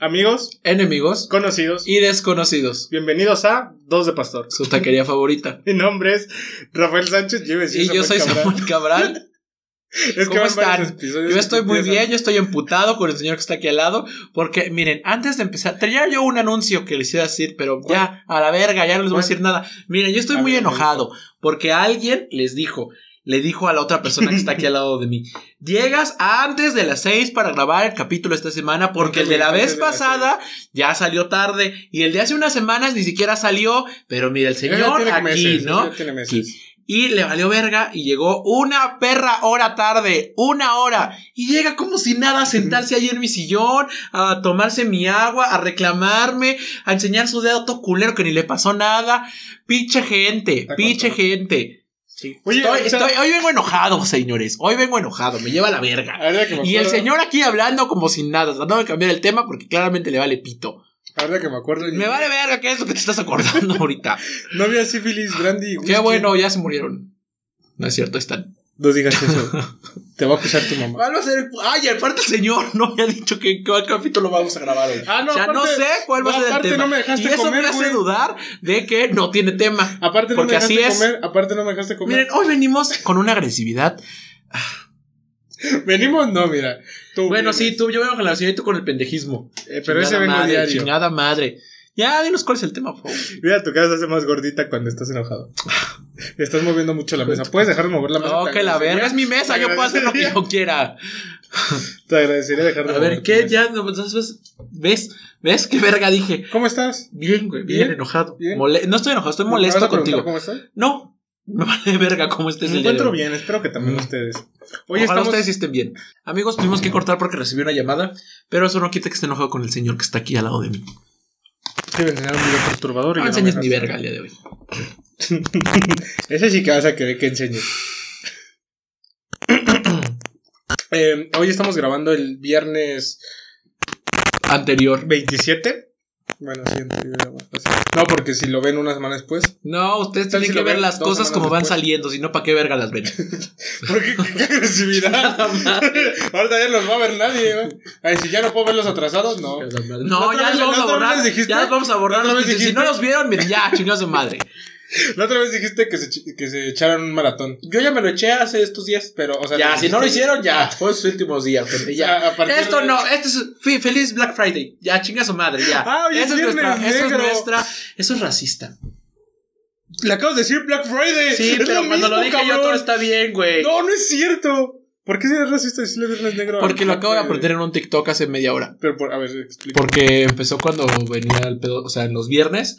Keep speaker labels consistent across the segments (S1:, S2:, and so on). S1: Amigos,
S2: enemigos
S1: conocidos,
S2: y desconocidos.
S1: bienvenidos a Dos de Pastor.
S2: Su taquería favorita.
S1: Mi nombre es Rafael Sánchez Lleves
S2: Y yo soy Samuel Cabral.
S1: Es
S2: ¿Cómo
S1: van
S2: están?
S1: varios episodios
S2: Yo estoy
S1: que
S2: muy
S1: empiezan.
S2: bien, yo estoy emputado con el señor que está aquí al lado. Porque, miren, antes de empezar, tenía yo un anuncio que les iba a decir, pero
S1: ¿Cuál?
S2: ya, a la verga, ya no les voy a
S1: ¿Cuál?
S2: decir nada. Miren, yo estoy
S1: A
S2: muy
S1: ver,
S2: enojado porque alguien les dijo. Le dijo a la otra persona que está aquí al lado de mí, llegas antes de las 6 para grabar el capítulo esta semana porque el de la
S1: Antes
S2: vez
S1: de las
S2: pasada ya salió tarde y el de hace unas semanas ni siquiera salió, pero mira, el
S1: Ya
S2: señor
S1: tiene
S2: aquí,
S1: meses,
S2: ¿no?
S1: ya tiene meses.
S2: Y le valió verga y llegó una perra hora tarde, una hora, y llega como si nada a sentarse ahí en mi sillón, a tomarse mi agua, a reclamarme, a enseñar su dedo todo culero que ni le pasó nada. Pinche gente,
S1: Está
S2: pinche
S1: corto.
S2: gente.
S1: Oye,
S2: Estoy-
S1: o sea,
S2: estoy- hoy vengo enojado, señores, hoy vengo enojado, me lleva la verga.
S1: ahorita que me
S2: Y el
S1: acuerdo-
S2: señor aquí hablando como sin nada, tratando de cambiar el tema porque claramente le vale pito.
S1: Ahorita que me acuerdo.
S2: Me vale verga, ¿qué es lo que te estás acordando ahorita?
S1: No había sífilis, brandy. y whisky.
S2: Qué bueno, ya se murieron. No es cierto, están.
S1: No digas eso. Te va a acusar tu mamá.
S2: ¿Cuál va a Ah, ser el.? Ay, aparte el señor no me ha dicho que cuál capítulo vamos a grabar hoy.
S1: Ah,
S2: o sea, no
S1: aparte-
S2: sé cuál va a
S1: no,
S2: ser el
S1: aparte
S2: tema.
S1: no me dejaste
S2: y eso
S1: comer,
S2: me hace
S1: güey.
S2: dudar de que no tiene tema.
S1: Aparte no
S2: Porque
S1: me dejaste
S2: así es.
S1: comer. Aparte no me dejaste comer.
S2: Miren, hoy venimos con una agresividad.
S1: Venimos, no, mira. Tú
S2: Bueno,
S1: vienes.
S2: sí, tú, yo vengo con la agresividad y tú con el pendejismo.
S1: Eh, pero ese
S2: Chingada
S1: vengo
S2: madre,
S1: diario.
S2: Chingada madre. Ya, dinos cuál es el tema, por favor.
S1: Mira, tu cara se hace más gordita cuando estás enojado. Estás moviendo mucho la mesa. ¿Puedes dejar de mover la mesa?
S2: No,
S1: Te
S2: que la
S1: agradecería-
S2: verga es mi mesa,
S1: te
S2: yo puedo hacer lo que
S1: agradecería-
S2: yo quiera.
S1: Te agradecería dejar de
S2: A
S1: mover
S2: ver,
S1: tu
S2: ¿qué?
S1: mesa.
S2: Ya, no, entonces, ¿ves? ¿Ves qué verga dije?
S1: ¿Cómo estás?
S2: Bien, güey, bien,
S1: Bien,
S2: enojado.
S1: bien.
S2: Mole- no estoy enojado, estoy molesto
S1: ¿Me vas a preguntar
S2: contigo.
S1: ¿Cómo estás?
S2: No, me vale verga cómo estés
S1: Me
S2: el día de
S1: encuentro
S2: hoy.
S1: bien, espero que también
S2: Mm.
S1: ustedes. Oye,
S2: Ojalá
S1: estamos...
S2: ustedes estén bien. Amigos, tuvimos que cortar porque recibí una llamada, pero eso no quita que esté enojado con el señor que está aquí al lado de mí.
S1: Te voy a enseñar un video perturbador y
S2: No
S1: ya
S2: enseñes
S1: me
S2: mi
S1: dejas.
S2: verga el día de hoy.
S1: Ese sí que vas a querer que enseñe. Eh, hoy estamos grabando el viernes
S2: Anterior.
S1: 27. Bueno, sí, sí, era más fácil. no, porque si lo ven una semana después.
S2: No, ustedes
S1: Tal
S2: tienen
S1: si
S2: que
S1: lo
S2: ver
S1: ven
S2: las
S1: dos
S2: cosas
S1: semanas
S2: como van
S1: después.
S2: saliendo, si no, ¿para qué verga las ven?
S1: Porque qué, qué agresividad. Ahorita ya los va a ver nadie, güey. Ay, si ya no puedo ver los atrasados, no. ¿La
S2: No,
S1: otra
S2: ya
S1: vez-
S2: los vamos
S1: la otra
S2: a
S1: vez
S2: borrar.
S1: les dijiste?
S2: Ya los vamos a borrar.
S1: ¿La otra vez
S2: Si no
S1: dijiste?
S2: los vieron, miren, ya, chingados de madre.
S1: La otra vez dijiste que se, chi- que se echaron un maratón. Yo ya me lo eché hace estos días, pero, o sea.
S2: Ya, si no lo
S1: dijiste-
S2: hicieron, ya. Fue sus últimos días, gente, ya.
S1: A- a partir
S2: Ah. Esto
S1: de-
S2: no, este es fe- feliz Black Friday. Ya, chinga su madre, ya.
S1: Ah, hoy es
S2: Esa
S1: viernes
S2: nuestra, esa es
S1: negro.
S2: nuestra, eso es racista.
S1: Le acabas de decir Black Friday.
S2: Sí,
S1: Es
S2: pero
S1: lo mismo,
S2: cuando lo dije yo
S1: cabrón.
S2: todo está bien, güey.
S1: No, no es cierto. ¿Por qué eres racista decirle viernes negro? a
S2: Porque lo
S1: Black
S2: acabo de
S1: Friday?
S2: aprender en un TikTok hace media hora.
S1: Pero, por- a ver, explica.
S2: Porque empezó cuando venía el pedo, o sea, en los viernes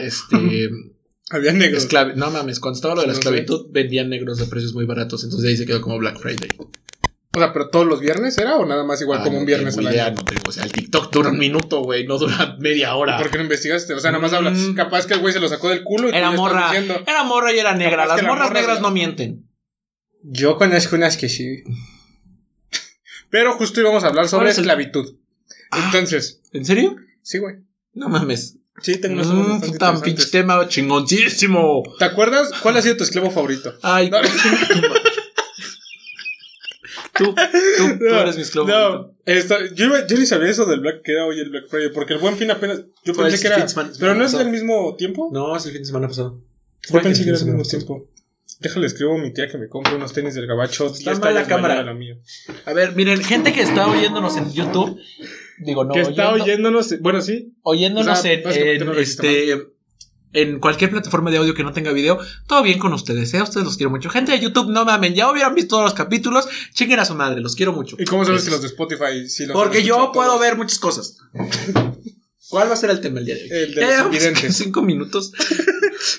S2: este
S1: Había negros.
S2: esclavitud. No mames, cuando estaba lo de la
S1: No sé.
S2: esclavitud, vendían negros a precios muy baratos. Entonces de ahí se quedó como Black Friday.
S1: O sea, pero todos los viernes era o nada más igual
S2: Ah,
S1: como
S2: no
S1: un viernes
S2: tengo
S1: al
S2: idea,
S1: año.
S2: no tengo. O sea, el TikTok dura un minuto, güey, no dura media hora.
S1: ¿Por qué no investigaste? O sea, nada más habla.
S2: Mm.
S1: Capaz que el güey se lo sacó del culo y tú
S2: Era
S1: le estás
S2: morra,
S1: diciendo,
S2: era morra y era negra.
S1: Capaz
S2: Las
S1: que la
S2: morras
S1: morra
S2: negras
S1: se-
S2: no mienten.
S1: Yo conozco unas que sí. Pero justo íbamos a hablar sobre
S2: ¿Cuál es el- Ah.
S1: esclavitud. Entonces,
S2: ¿En serio?
S1: sí, güey.
S2: No mames.
S1: Sí, tengo unos temas
S2: Mm,
S1: bastante
S2: puta, pinche
S1: interesantes.
S2: tema chingoncísimo.
S1: ¿Te acuerdas cuál ha sido tu esclavo favorito?
S2: Ay,
S1: No.
S2: chinga tu madre. Tú, tú, tú eres mi esclavo.
S1: No, esta- yo, iba- yo ni sabía eso del Black, que era hoy el Black Friday, porque el Buen Fin apenas, yo
S2: Fue
S1: pensé
S2: el
S1: que era,
S2: Pues, fin de semana-
S1: pero no es
S2: pasado.
S1: del mismo tiempo,
S2: No, es el fin de semana pasado.
S1: yo pensé que era del mismo tiempo. Déjale, escribo a mi tía que me compre unos tenis del gabacho.
S2: Está
S1: y esta
S2: mal la
S1: vez
S2: cámara.
S1: mañana la mía.
S2: A ver, miren, gente que está oyéndonos en YouTube. Digo, no,
S1: que está
S2: oyendo-
S1: oyéndonos, bueno, sí,
S2: oyéndonos
S1: O sea,
S2: en,
S1: básicamente
S2: en,
S1: no lo dijiste
S2: este en cualquier plataforma de audio que no tenga video, todo bien con ustedes, ¿eh? Ustedes los quiero mucho. Gente de YouTube, no mamen, ya hubieran visto todos los capítulos, chinguen a su madre, los quiero mucho.
S1: ¿y cómo sabes
S2: Gracias.
S1: que los de Spotify sí los
S2: Porque
S1: han
S2: yo
S1: escuchado
S2: puedo
S1: todos?
S2: ver muchas cosas. ¿Cuál va a ser el tema el día de hoy?
S1: El de
S2: Ya
S1: los
S2: llevamos
S1: invidentes.
S2: Cinco minutos.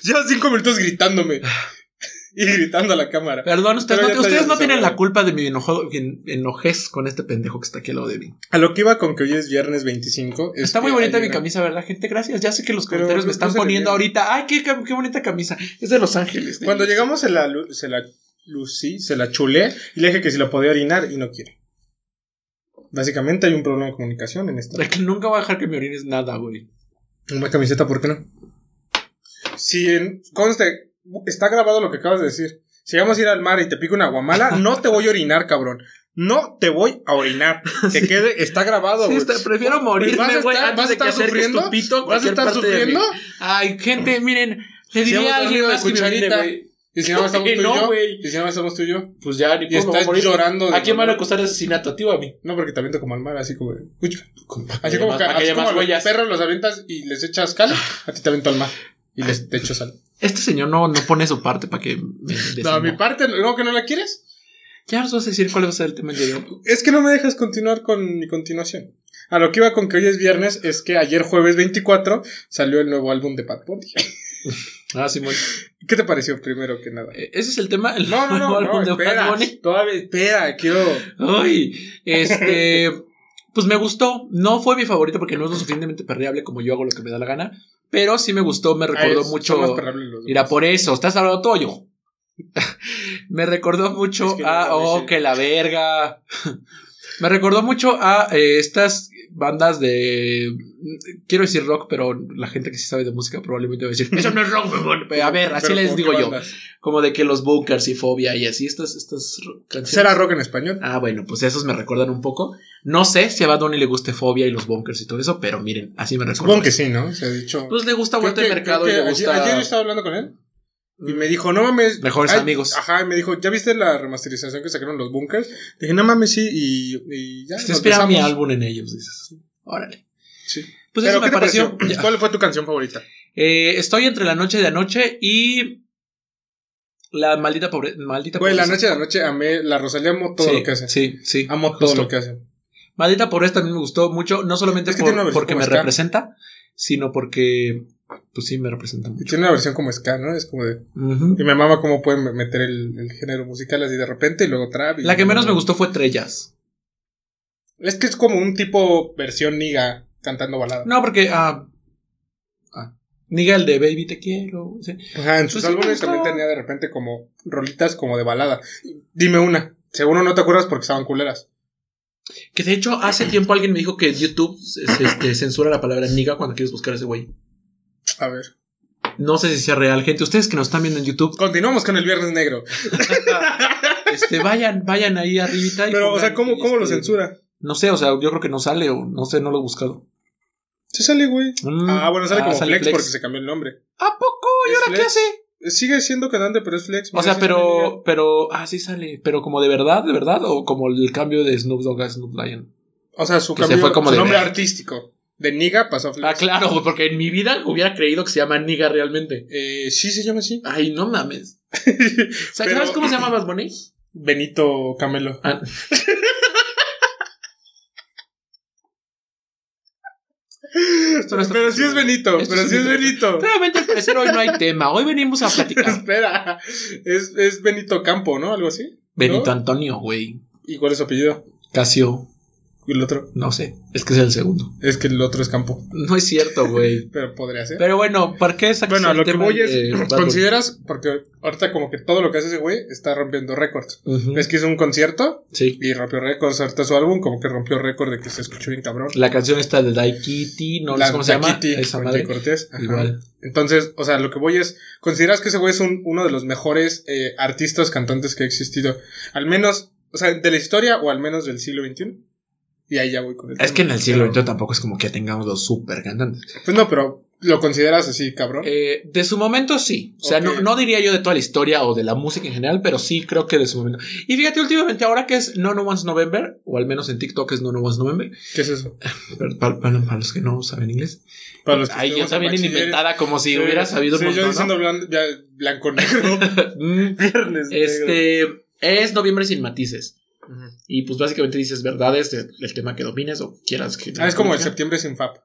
S1: Llevas cinco minutos gritándome y gritando a la cámara.
S2: Perdón, ustedes,
S1: Pero
S2: no,
S1: ya está,
S2: ustedes
S1: ya
S2: no
S1: está,
S2: tienen
S1: ya.
S2: la culpa de mi enojo, en- enojez con este pendejo que está aquí al lado de mí.
S1: A lo que iba con que hoy es viernes 25. es
S2: Está
S1: que
S2: muy bonita
S1: ayer-
S2: mi camisa, ¿verdad, gente? Gracias. Ya sé que los
S1: Pero no-
S2: comentarios
S1: no
S2: me están
S1: se le
S2: poniendo
S1: vieron.
S2: ahorita. Ay, qué, qué bonita camisa. Es de Los Ángeles. de
S1: Cuando
S2: ellos.
S1: llegamos se la, lu- se la lucí, se la chulé y le dije que si la podía orinar y no quiere. Básicamente hay un problema de comunicación en esta.
S2: De que nunca voy a dejar que me orines nada, güey.
S1: Una camiseta, ¿por qué no? Si en, conste, está grabado lo que acabas de decir. Si vamos a ir al mar y te pico una guamala, no te voy a orinar, cabrón. no te voy a orinar. Que quede, está grabado,
S2: Sí,
S1: güey. Pues,
S2: está- prefiero
S1: ¿Vas a
S2: morirme, güey,
S1: estar-
S2: antes
S1: vas a
S2: de que
S1: estar
S2: acerques tu
S1: sufriendo?
S2: pito
S1: ¿Vas
S2: a
S1: a
S2: cualquier
S1: estar
S2: parte de mí.
S1: sufriendo?
S2: Ay, gente, miren, le
S1: Si
S2: diría
S1: hemos
S2: a alguien
S1: dormido de
S2: más que me orine,
S1: cucharita.
S2: güey.
S1: Y si nada más estamos tú y
S2: No,
S1: yo.
S2: güey.
S1: Y si nada más estamos tú y yo.
S2: Pues ya, ni
S1: Y
S2: poco,
S1: estás
S2: morir.
S1: llorando. de
S2: ¿A quién van a
S1: dolor.
S2: acusar de asesinato? ¿A ti o a mí?
S1: No, porque también te como al mar, así como. de, uy, Así
S2: que
S1: como
S2: llamas-
S1: que,
S2: para que
S1: así
S2: llamas
S1: como a los
S2: huellas.
S1: perros los avientas y les echas cal, a ti te aviento al mar. Y les te echo sal.
S2: Este señor no, no pone su parte para que me
S1: No,
S2: decima.
S1: a mi parte, ¿no que no la quieres?
S2: Ya nos vas a decir cuál va a ser el tema del día de hoy.
S1: Es que no me dejas continuar con mi continuación. A lo que iba con que hoy es viernes es que ayer jueves 24 salió el nuevo álbum de Bad Bunny.
S2: Ah, Simón.
S1: ¿Qué te pareció primero que nada?
S2: Eh, Ese es el tema. El
S1: No, no, no, no,
S2: álbum de Bad
S1: espera.
S2: Bunny.
S1: Todavía, espera, quiero...
S2: Ay, este. Pues me gustó. No fue mi favorito porque no es lo suficientemente perreable como yo hago lo que me da la gana. Pero sí me gustó, me recordó
S1: Ay,
S2: mucho.
S1: son más perrables los dos.
S2: Mira, por eso, estás hablando todo yo. me recordó mucho
S1: Es que no
S2: a.
S1: lo
S2: oh,
S1: hice.
S2: que la verga. me recordó mucho a eh, estas bandas de. Quiero decir rock, pero la gente que sí sabe de música probablemente va a decir: Eso no es rock, mamón". Pero A ver, así
S1: Pero
S2: les
S1: ¿con
S2: digo
S1: qué
S2: yo.
S1: bandas?
S2: Como de que los bunkers y fobia y así, estas, estas ro- canciones.
S1: Será rock en español.
S2: Ah, bueno, pues esos me recuerdan un poco. No sé si a Bad Bunny le guste Fobia y los bunkers y todo eso, pero miren, así me recuerda.
S1: Supongo que sí, ¿no? Se ha dicho...
S2: Pues le gusta
S1: Creo
S2: Vuelta de
S1: que-
S2: Mercado y
S1: creo
S2: le
S1: que
S2: gusta.
S1: Ayer, ayer yo estaba hablando con él y me dijo, no mames.
S2: Mejores
S1: ay,
S2: amigos.
S1: Ajá, y me dijo, ¿ya viste la remasterización que sacaron los bunkers? Dije, no mames, sí, y, y ya.
S2: Estoy
S1: nos
S2: esperando mi
S1: besamos.
S2: álbum en ellos, dices. Órale.
S1: Sí.
S2: Pues
S1: Pero,
S2: eso
S1: ¿qué
S2: me
S1: te
S2: pareció.
S1: pareció? ¿Cuál fue tu canción favorita?
S2: Eh, estoy entre la noche de anoche y. La maldita pobreza. Maldita
S1: Güey, la
S2: pobreza.
S1: noche de la noche amé la Rosalía, amo todo
S2: sí,
S1: lo que hace.
S2: Sí, sí.
S1: Amo
S2: justo.
S1: todo lo que hace.
S2: Maldita pobreza también me gustó mucho, no solamente
S1: Es que
S2: por-
S1: tiene una versión
S2: porque
S1: como
S2: me
S1: ska.
S2: representa, sino porque. Pues sí, me representa
S1: Y
S2: mucho.
S1: tiene una versión como ska, ¿no? Es como de.
S2: Ujú.
S1: Y me mama cómo pueden me- meter el, el género musical así de repente y luego trap. y-
S2: La que menos me gustó fue Trellas.
S1: Es que es como un tipo versión niga cantando balada.
S2: No, porque. ah, ah, Niga el de Baby Te Quiero. sí.
S1: Ajá, en sus
S2: Pues sí me
S1: álbumes
S2: gustaba.
S1: también tenía de repente como rolitas como de balada. Dime una. Seguro no te acuerdas porque estaban culeras.
S2: Que de hecho, hace tiempo alguien me dijo que YouTube se- se- este, censura la palabra Niga cuando quieres buscar a ese güey.
S1: A ver.
S2: No sé si sea real, gente. Ustedes que nos están viendo en YouTube,
S1: Continuamos con el Viernes Negro.
S2: este, vayan, vayan ahí arribita. y
S1: Pero, o
S2: pongan,
S1: sea, ¿cómo, cómo lo
S2: este,
S1: censura?
S2: No sé, o sea, yo creo que no sale o no sé, no lo he buscado.
S1: Se sale, güey.
S2: Mm,
S1: Ah, bueno, sale
S2: ah,
S1: como
S2: sale
S1: Flex,
S2: Flex.
S1: porque se cambió el nombre.
S2: ¿A poco? ¿Y
S1: Es
S2: ahora qué
S1: Flex.
S2: hace?
S1: Sigue siendo cantante, pero es Flex.
S2: O
S1: Mira,
S2: sea,
S1: sí sale
S2: pero, pero, ah, sí sale. Pero como de verdad, de verdad, o como el cambio de Snoop Dogg a Snoop Lion.
S1: O sea, su,
S2: Que se
S1: cambio-
S2: fue como
S1: su
S2: de
S1: nombre
S2: ver.
S1: artístico. De Niga pasó a
S2: Ah,
S1: Flex.
S2: claro, güey, porque en mi vida hubiera creído que se llama Niga realmente.
S1: Eh, sí se llama así.
S2: Ay, no mames. O sea,
S1: Pero-
S2: ¿Sabes cómo se llama Bad Bunny?
S1: Benito Camelo.
S2: Ah. Esto no está
S1: pero sí es Benito,
S2: Esto
S1: pero
S2: es
S1: sí es
S2: Benito.
S1: Benito.
S2: Claramente, al parecer, hoy no hay tema. Hoy venimos a platicar.
S1: Espera, es, es Benito Campo, ¿no? Algo así.
S2: Benito
S1: ¿No?
S2: Antonio, güey.
S1: ¿Y cuál es su apellido?
S2: Casio,
S1: Y el otro.
S2: no sé. Es que es el segundo.
S1: Es que el otro es Campo,
S2: No es cierto, güey.
S1: pero podría ser.
S2: Pero bueno, ¿por qué sacas
S1: bueno, a
S2: el
S1: lo que
S2: tema
S1: voy es,
S2: de Bad Bunny?
S1: ¿consideras? Porque ahorita como que todo lo que hace ese güey está rompiendo récords.
S2: Ujú,
S1: Es que hizo un concierto
S2: Sí.
S1: y rompió récords. Ahorita su álbum como que rompió récord de que se escuchó bien cabrón.
S2: La canción está de Dai Kitty, no sé cómo se llama.
S1: Kitty,
S2: Esa
S1: con
S2: madre.
S1: Jay Cortés. Ajá.
S2: Igual.
S1: Entonces, o sea, lo que voy es, ¿consideras que ese güey es un- uno de los mejores eh, artistas cantantes que ha existido? Al menos, o sea, de la historia o al menos del siglo XXI. Y ahí ya voy con el
S2: Es
S1: tema.
S2: que en el siglo XXI tampoco es como que tengamos los super cantantes.
S1: Pues no, pero lo consideras así, cabrón.
S2: Eh, de su momento sí. O sea,
S1: Ok.
S2: no, no diría yo de toda la historia o de la música en general, pero sí creo que de su momento. Y fíjate, últimamente ahora que es No No One's November, o al menos en TikTok es No No One's November,
S1: ¿Qué es eso?
S2: pero para, para- para los que no saben inglés.
S1: Para los que
S2: Ahí yo
S1: estuvimos en
S2: también
S1: bachiller.
S2: inventada como si hubiera sabido
S1: sí,
S2: un
S1: yo
S2: montón,
S1: diciendo blan- ya, blanco negro.
S2: ¿no? Mm,
S1: Viernes negro.
S2: Este es Noviembre sin matices.
S1: Ujú.
S2: Y pues básicamente dices verdades del del tema que domines o quieras que.
S1: Ah, es como el septiembre sin FAP.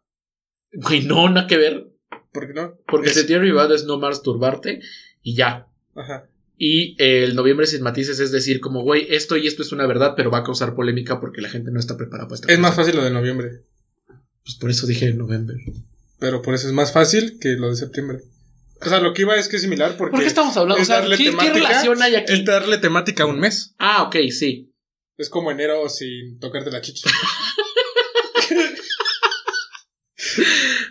S2: Güey, no, nada que ver.
S1: ¿Por qué no?
S2: Porque
S1: Es-
S2: septiembre privado es no masturbarte y ya.
S1: Ajá.
S2: Y eh, el noviembre sin matices es decir, como, güey, esto y esto es una verdad, pero va a causar polémica porque la gente no está preparada para esta
S1: Es
S2: cosa.
S1: más fácil lo de noviembre.
S2: Pues por eso dije noviembre.
S1: Pero por eso es más fácil que lo de septiembre. O sea, lo que iba es que es similar porque.
S2: ¿Por qué estamos hablando? O
S1: es
S2: sea,
S1: darle
S2: ¿qué, qué
S1: temática, Este-
S2: relación hay aquí?
S1: Es darle temática a un mes.
S2: Ah, ok, sí.
S1: Es como enero sin tocarte la chicha.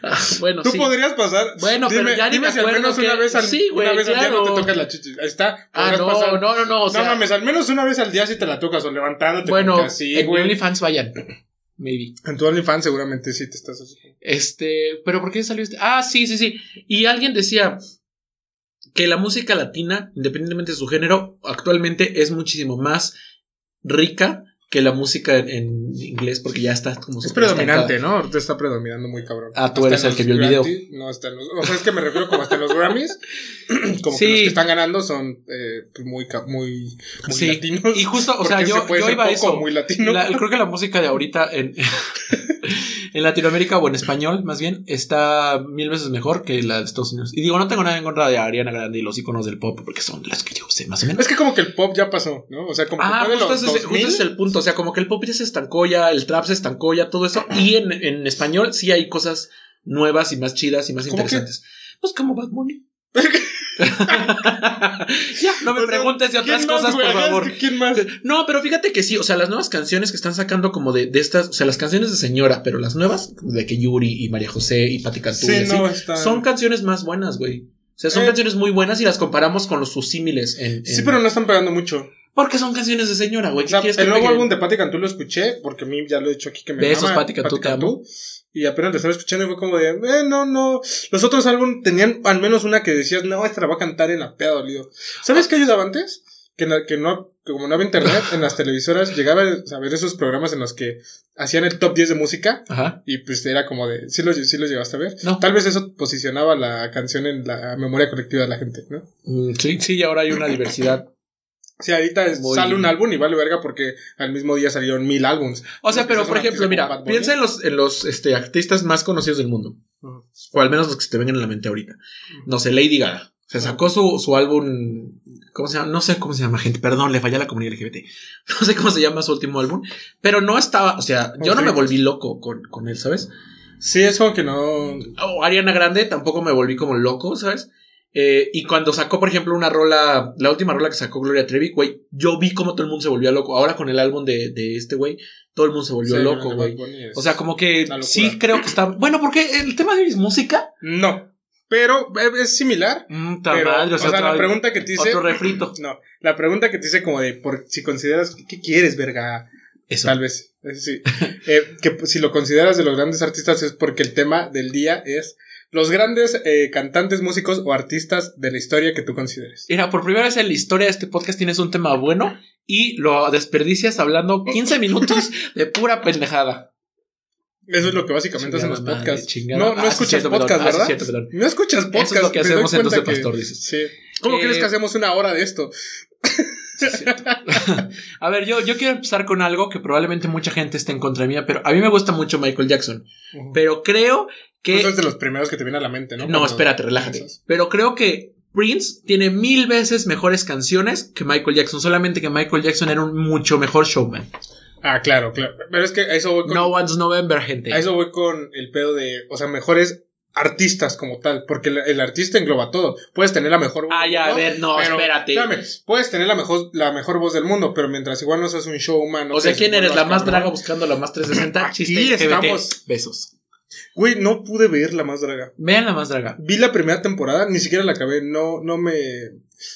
S2: Ah, bueno,
S1: Tú
S2: sí.
S1: podrías pasar.
S2: Bueno, pero ya ni me
S1: si al
S2: acuerdo
S1: menos
S2: que-
S1: una vez al,
S2: Sí, güey,
S1: una vez al día no
S2: claro.
S1: te tocas la chichi. Ahí está.
S2: Ah,
S1: podrás
S2: no,
S1: pasar.
S2: no, no, no. O sea,
S1: no mames, al menos una vez al día si te la tocas o levantándote.
S2: bueno,
S1: porque así,
S2: en
S1: güey.
S2: OnlyFans vayan. Maybe.
S1: En tu OnlyFans seguramente sí te estás así.
S2: Este, pero ¿por qué salió este? Ah, sí, sí, sí. Y alguien decía que la música latina, independientemente de su género, actualmente es muchísimo más rica que la música en, en inglés porque ya está como
S1: Es
S2: súper
S1: predominante, ¿no? Ahorita está predominando muy cabrón.
S2: Ah, tú eres
S1: en
S2: el que
S1: los
S2: vio el video.
S1: Grammys- No, hasta en los. O sea, es que me refiero como hasta en los Grammys. Como
S2: Sí.
S1: que los que están ganando son eh, muy, ca- muy, muy
S2: Sí.
S1: latinos.
S2: Y justo, o sea,
S1: Porque
S2: yo,
S1: se puede
S2: yo
S1: ser
S2: iba a
S1: poco
S2: eso.
S1: muy latino.
S2: La- creo que la música de ahorita en, en Latinoamérica o en español, más bien, está mil veces mejor que la de Estados Unidos. Y digo, no tengo nada en contra de Ariana Grande y los iconos del pop, porque son las que yo sé más o menos.
S1: Es que como que el pop ya pasó, ¿no? O sea, como
S2: Ah,
S1: que fue de
S2: justo
S1: los
S2: ese, es-
S1: 2000.
S2: justo ese es el punto. O sea, como que el pop ya se estancó ya, el trap se estancó ya, todo eso. Y en, en español sí hay cosas nuevas y más chidas y más
S1: ¿Cómo qué?
S2: interesantes. Pues como Bad Bunny. ya, no me
S1: O sea,
S2: preguntes de otras
S1: ¿Quién más,
S2: cosas,
S1: güey?
S2: por
S1: Ajá, es
S2: favor.
S1: que ¿Quién más?
S2: No, pero fíjate que sí, o sea, las nuevas canciones que están sacando como de, de estas, o sea, las canciones de señora, pero las nuevas, de que Yuri y María José y Pati Cantú, y
S1: Sí,
S2: así,
S1: no, está.
S2: son canciones más buenas, güey. O sea, son
S1: Eh.
S2: canciones muy buenas y las comparamos con los sus símiles en,
S1: Sí,
S2: en-
S1: pero no están pegando mucho.
S2: Porque son canciones de señora, güey.
S1: O
S2: ¿Qué
S1: sea,
S2: quieres que
S1: el nuevo
S2: peguen?
S1: álbum de Patti Cantú lo escuché, porque a mí ya lo he dicho aquí que me
S2: Besos,
S1: mama
S2: Patti Cantú, te amo.
S1: Y apenas lo estaba escuchando y fue como de, eh, no, no. Los otros álbumes tenían al menos una que decías, no, esta la va a cantar en la peda dolido.
S2: Ah.
S1: ¿Sabes qué ayudaba antes? Que, na- que no, que como no había internet, en las televisoras llegaba a ver esos programas en los que hacían el top 10 de música
S2: Ajá.
S1: y pues era como de, sí lo, sí lo llegaste a ver.
S2: No.
S1: Tal vez eso posicionaba la canción en la memoria colectiva de la gente, ¿no?
S2: Mm, sí, sí, ahora hay una diversidad.
S1: Sí, ahorita es-
S2: Muy
S1: sale un
S2: bien. álbum.
S1: álbum y vale verga porque al mismo día salieron mil álbums.
S2: O
S1: Porque
S2: sea, pero
S1: es
S2: por
S1: un
S2: ejemplo,
S1: artista como
S2: mira,
S1: Bad Bunny.
S2: piensa en los, en los este, artistas más conocidos del mundo.
S1: Ujú.
S2: O al menos los que se te vengan a la mente ahorita. No sé, Lady Gaga. Se sacó su, su álbum. ¿Cómo se llama? No sé cómo se llama, gente. Perdón, le fallé a la comunidad LGBT. No sé cómo se llama su último álbum. Pero no estaba. O sea, yo no me volví loco con, con él, ¿sabes?
S1: Sí, es como que no.
S2: o Ariana Grande tampoco me volví como loco, ¿sabes? Eh, y cuando sacó, por ejemplo, una rola, la última rola que sacó Gloria Trevi, güey, yo vi cómo todo el mundo se volvía loco. Ahora con el álbum de, de este güey, todo el mundo se volvió
S1: Sí,
S2: loco,
S1: Bad
S2: güey.
S1: Bunny es-
S2: O sea, como que
S1: Una locura.
S2: sí creo que está. Bueno, porque el tema de mis música.
S1: No. Pero eh, es similar.
S2: mm, ta
S1: Pero,
S2: madre,
S1: o sea,
S2: otra-
S1: la pregunta que te hice.
S2: otro refrito.
S1: No, la pregunta que te hice como de por, si consideras. ¿Qué quieres, verga?
S2: Eso.
S1: Tal vez. eh, Sí. Eh, que pues, si lo consideras de los grandes artistas es porque el tema del día es los grandes eh, cantantes, músicos o artistas de la historia que tú consideres.
S2: Mira, por primera vez en la historia de este podcast tienes un tema bueno y lo desperdicias hablando 15 minutos de pura pendejada.
S1: Eso es lo que básicamente hacen los
S2: Chingada madre,
S1: podcasts.
S2: chingada.
S1: No, no
S2: Ah, sí,
S1: escuchas
S2: cierto, perdón.
S1: podcast,
S2: Ah, sí,
S1: ¿verdad?
S2: cierto, perdón.
S1: No escuchas podcast.
S2: Eso es lo que
S1: me doy
S2: hacemos en Dos de
S1: cuenta que-
S2: Pastor, dices.
S1: Sí. ¿Cómo
S2: Eh,
S1: crees que hacemos una hora de esto?
S2: Sí, es cierto. a ver, yo, yo quiero empezar con algo que probablemente mucha gente esté en contra mía, pero a mí me gusta mucho Michael Jackson. Pero creo que.
S1: Eso es de los primeros que te viene a la mente, Pues ¿no?
S2: no,
S1: Cuando-
S2: espérate, relájate.
S1: piensas.
S2: Pero creo que Prince tiene mil veces mejores canciones que Michael Jackson. Solamente que Michael Jackson era un mucho mejor showman.
S1: Ah, claro, claro. Pero es que a eso voy con,
S2: No One's November,
S1: a
S2: gente.
S1: eso voy con el pedo de, o sea, mejores artistas como tal, porque el, el artista engloba todo. Puedes tener la mejor
S2: Ay, Ah, a ver, no,
S1: Pero,
S2: espérate.
S1: espérame, puedes tener la mejor, la mejor voz del mundo, pero mientras igual no seas un show humano.
S2: o sea,
S1: que
S2: ¿quién
S1: se
S2: eres? La
S1: vuelvas
S2: más
S1: cabrón.
S2: draga buscando la más 360.
S1: Aquí
S2: Chiste LGBT.
S1: estamos.
S2: Besos.
S1: Güey, no pude ver la más draga.
S2: Vean la más draga.
S1: Vi la primera temporada, ni siquiera la acabé, no, no me,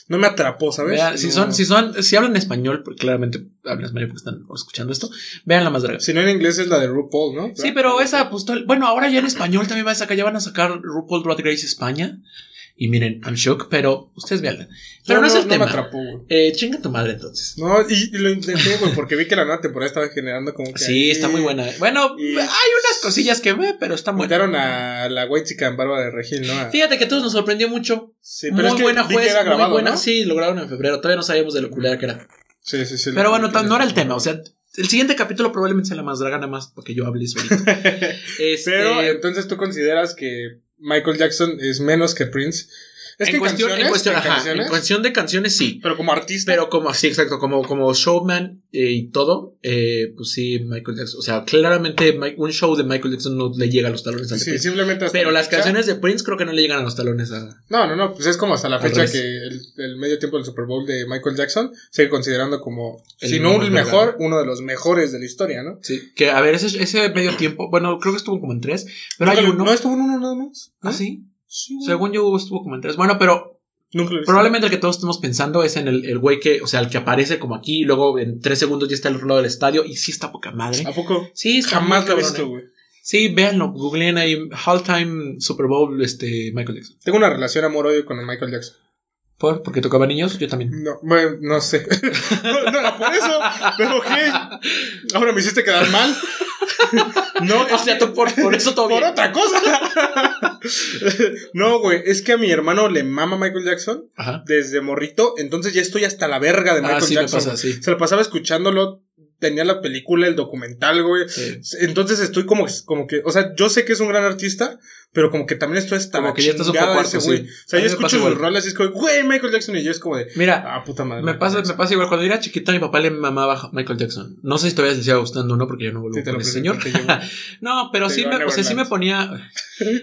S1: no me atrapó, ¿sabes?
S2: Vean, si
S1: No.
S2: son, si son, si hablan español, porque claramente hablan español porque están escuchando esto, vean la más draga.
S1: Si no en inglés es la de RuPaul, ¿no?
S2: Sí, pero esa, pues, tal- bueno, ahora ya en español también va a sacar, ya van a sacar RuPaul Drag Race España. Y miren, I'm shook, pero ustedes veanla. Pero no, es el
S1: me
S2: tema.
S1: atrapó, güey.
S2: Eh, chinga tu madre entonces.
S1: No, y, y lo intenté, güey, porque vi que la nueva temporada estaba generando como que.
S2: Sí,
S1: ahí
S2: está muy buena. Bueno, hay
S1: y-
S2: unas cosillas que ve, pero está buena.
S1: Mataron a la white chica en Bárbara de Regil, ¿no? A-
S2: Fíjate que a todos nos sorprendió mucho.
S1: Sí,
S2: muy buena
S1: vi que
S2: juez,
S1: era grabado,
S2: muy buena.
S1: ¿no?
S2: Sí, lo grabaron en febrero. Todavía no sabíamos de lo culera que era.
S1: Sí, sí, sí.
S2: Pero
S1: lo-
S2: bueno, tan- no era el tema. O sea, el siguiente capítulo probablemente sea la más draga, nada más porque yo hablé solito. Este,
S1: Pero entonces tú consideras que Michael Jackson es menos que Prince. Es que
S2: en,
S1: en
S2: cuestión, en
S1: canciones,
S2: cuestión,
S1: en
S2: ajá,
S1: canciones.
S2: en cuestión de canciones sí.
S1: Pero como artista.
S2: Pero como, sí, exacto, como, como showman eh, y todo, eh, pues sí, Michael Jackson. O sea, claramente Mi- un show de Michael Jackson no le llega a los talones a
S1: sí,
S2: Prince.
S1: simplemente hasta
S2: Pero
S1: la
S2: las
S1: fecha-
S2: canciones de Prince creo que no le llegan a los talones a.
S1: No, no, no, pues es como hasta la
S2: Al
S1: fecha
S2: revés.
S1: que el, el medio tiempo del Super Bowl de Michael Jackson sigue considerando como,
S2: El
S1: si no el
S2: mejor.
S1: mejor, uno de los mejores de la historia, ¿no?
S2: Sí. Que a ver, ese, ese medio tiempo, bueno, creo que estuvo como en tres, pero
S1: Nunca
S2: hay
S1: lo-
S2: uno.
S1: ¿No estuvo en uno nada más?
S2: ¿Ah, sí?
S1: Sí, güey.
S2: Según yo estuvo como en tres. Bueno, pero
S1: Nunca lo he visto.
S2: Probablemente el que todos estamos pensando es en el, el güey que, o sea, el que aparece como aquí y luego en tres segundos ya está al otro lado del estadio y sí está poca madre.
S1: ¿A poco?
S2: Sí, está
S1: Jamás
S2: muy
S1: lo he
S2: cabrón,
S1: visto,
S2: eh.
S1: güey.
S2: Sí, véanlo, googleen ahí All Time Super Bowl, este, Michael Jackson.
S1: Tengo una relación amor-odio con el Michael Jackson.
S2: ¿Por? Porque tocaba niños, yo también.
S1: No, bueno, no sé. no, no era por eso. Pero qué. Ahora me hiciste quedar mal. no,
S2: O sea, tú por, por eso todo
S1: por
S2: bien.
S1: otra cosa. no, güey. Es que a mi hermano le mama Michael Jackson.
S2: Ajá.
S1: desde morrito, entonces ya estoy hasta la verga de
S2: Ah,
S1: Michael
S2: sí me
S1: Jackson.
S2: pasa, sí.
S1: Se la pasaba escuchándolo, tenía la película, el documental, güey.
S2: Sí.
S1: Entonces estoy como, como que, o sea, yo sé que es un gran artista, pero como que también estoy hasta
S2: Como
S1: la
S2: que ya estás un
S1: chingada
S2: poco
S1: de ese
S2: harto,
S1: güey.
S2: sí.
S1: O sea, yo
S2: A mí me
S1: escucho
S2: pasa
S1: sus
S2: igual.
S1: rolas y es como, güey, Michael Jackson, y yo es como de,
S2: Mira,
S1: ah, puta madre.
S2: me
S1: Michael
S2: pasa, me
S1: Jackson.
S2: pasa igual. Cuando era chiquito, mi papá le mamaba Michael Jackson. No sé si todavía se sigue gustando o no, porque ya no vuelvo
S1: Sí, te lo
S2: con ese
S1: presento,
S2: señor.
S1: te llevo.
S2: No, pero
S1: Te
S2: sí
S1: digo,
S2: me, o sea, sí me
S1: Neverland.
S2: ponía.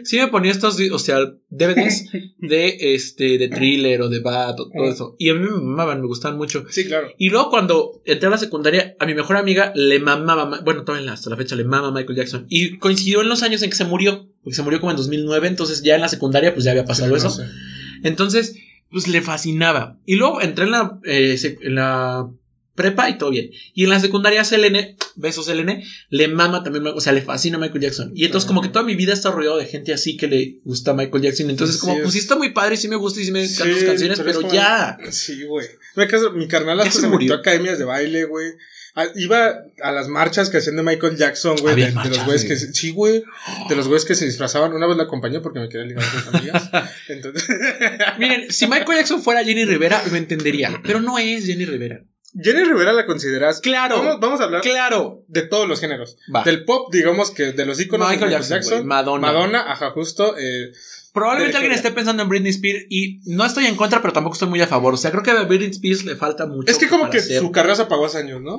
S2: Sí me ponía estos, di- o sea, DVDs de este, de thriller o de Bat o
S1: Eh.
S2: todo eso. Y a mí me mamaban, me gustaban mucho.
S1: Sí, claro.
S2: Y luego cuando entré a la secundaria, a mi mejor amiga le mamaba, Ma- bueno, todavía hasta la fecha le mama Michael Jackson. Y coincidió en los años en que se murió, porque se murió como en 2009, entonces ya en la secundaria pues ya había pasado
S1: Sí,
S2: eso.
S1: no sé.
S2: Entonces, pues le fascinaba. Y luego entré en la, eh, sec- en la prepa y todo bien. Y en la secundaria Selene, besos Selene, le mama también, o sea, le fascina Michael Jackson. Y entonces
S1: Ajá.
S2: como que toda mi vida está rodeado de gente así que le gusta Michael Jackson. Entonces
S1: Así
S2: como,
S1: es.
S2: pues sí está muy padre, sí me gusta y sí me encantan
S1: Sí,
S2: sus canciones,
S1: pero es
S2: pero,
S1: como-
S2: ya.
S1: Sí, güey. Me caso- Mi carnal
S2: Ya
S1: hasta
S2: se
S1: se metió
S2: murió.
S1: a academias de baile, güey. A- Iba a las marchas que hacían de Michael Jackson, güey. De,
S2: Había
S1: de los
S2: marchas,
S1: güeyes que.
S2: güey.
S1: se- Sí, güey. De los güeyes que se disfrazaban. Una vez la acompañé porque me quedé ligado con mis amigas. Entonces.
S2: Miren, si Michael Jackson fuera Jenny Rivera, lo entendería. Pero no es Jenny Rivera.
S1: Jenny Rivera la consideras.
S2: Claro.
S1: Vamos, vamos a hablar
S2: Claro.
S1: de todos los géneros.
S2: Va.
S1: Del pop, digamos que de los íconos
S2: Ah. Michael
S1: de
S2: Jackson, güey, Madonna.
S1: Madonna, ajá, justo. eh,
S2: Probablemente
S1: Pero
S2: alguien
S1: historia.
S2: esté pensando en Britney Spears y no estoy en contra, pero tampoco estoy muy a favor. O sea, creo que a Britney Spears le falta mucho.
S1: es que como
S2: para
S1: que
S2: ser
S1: su carrera se apagó hace años, ¿no?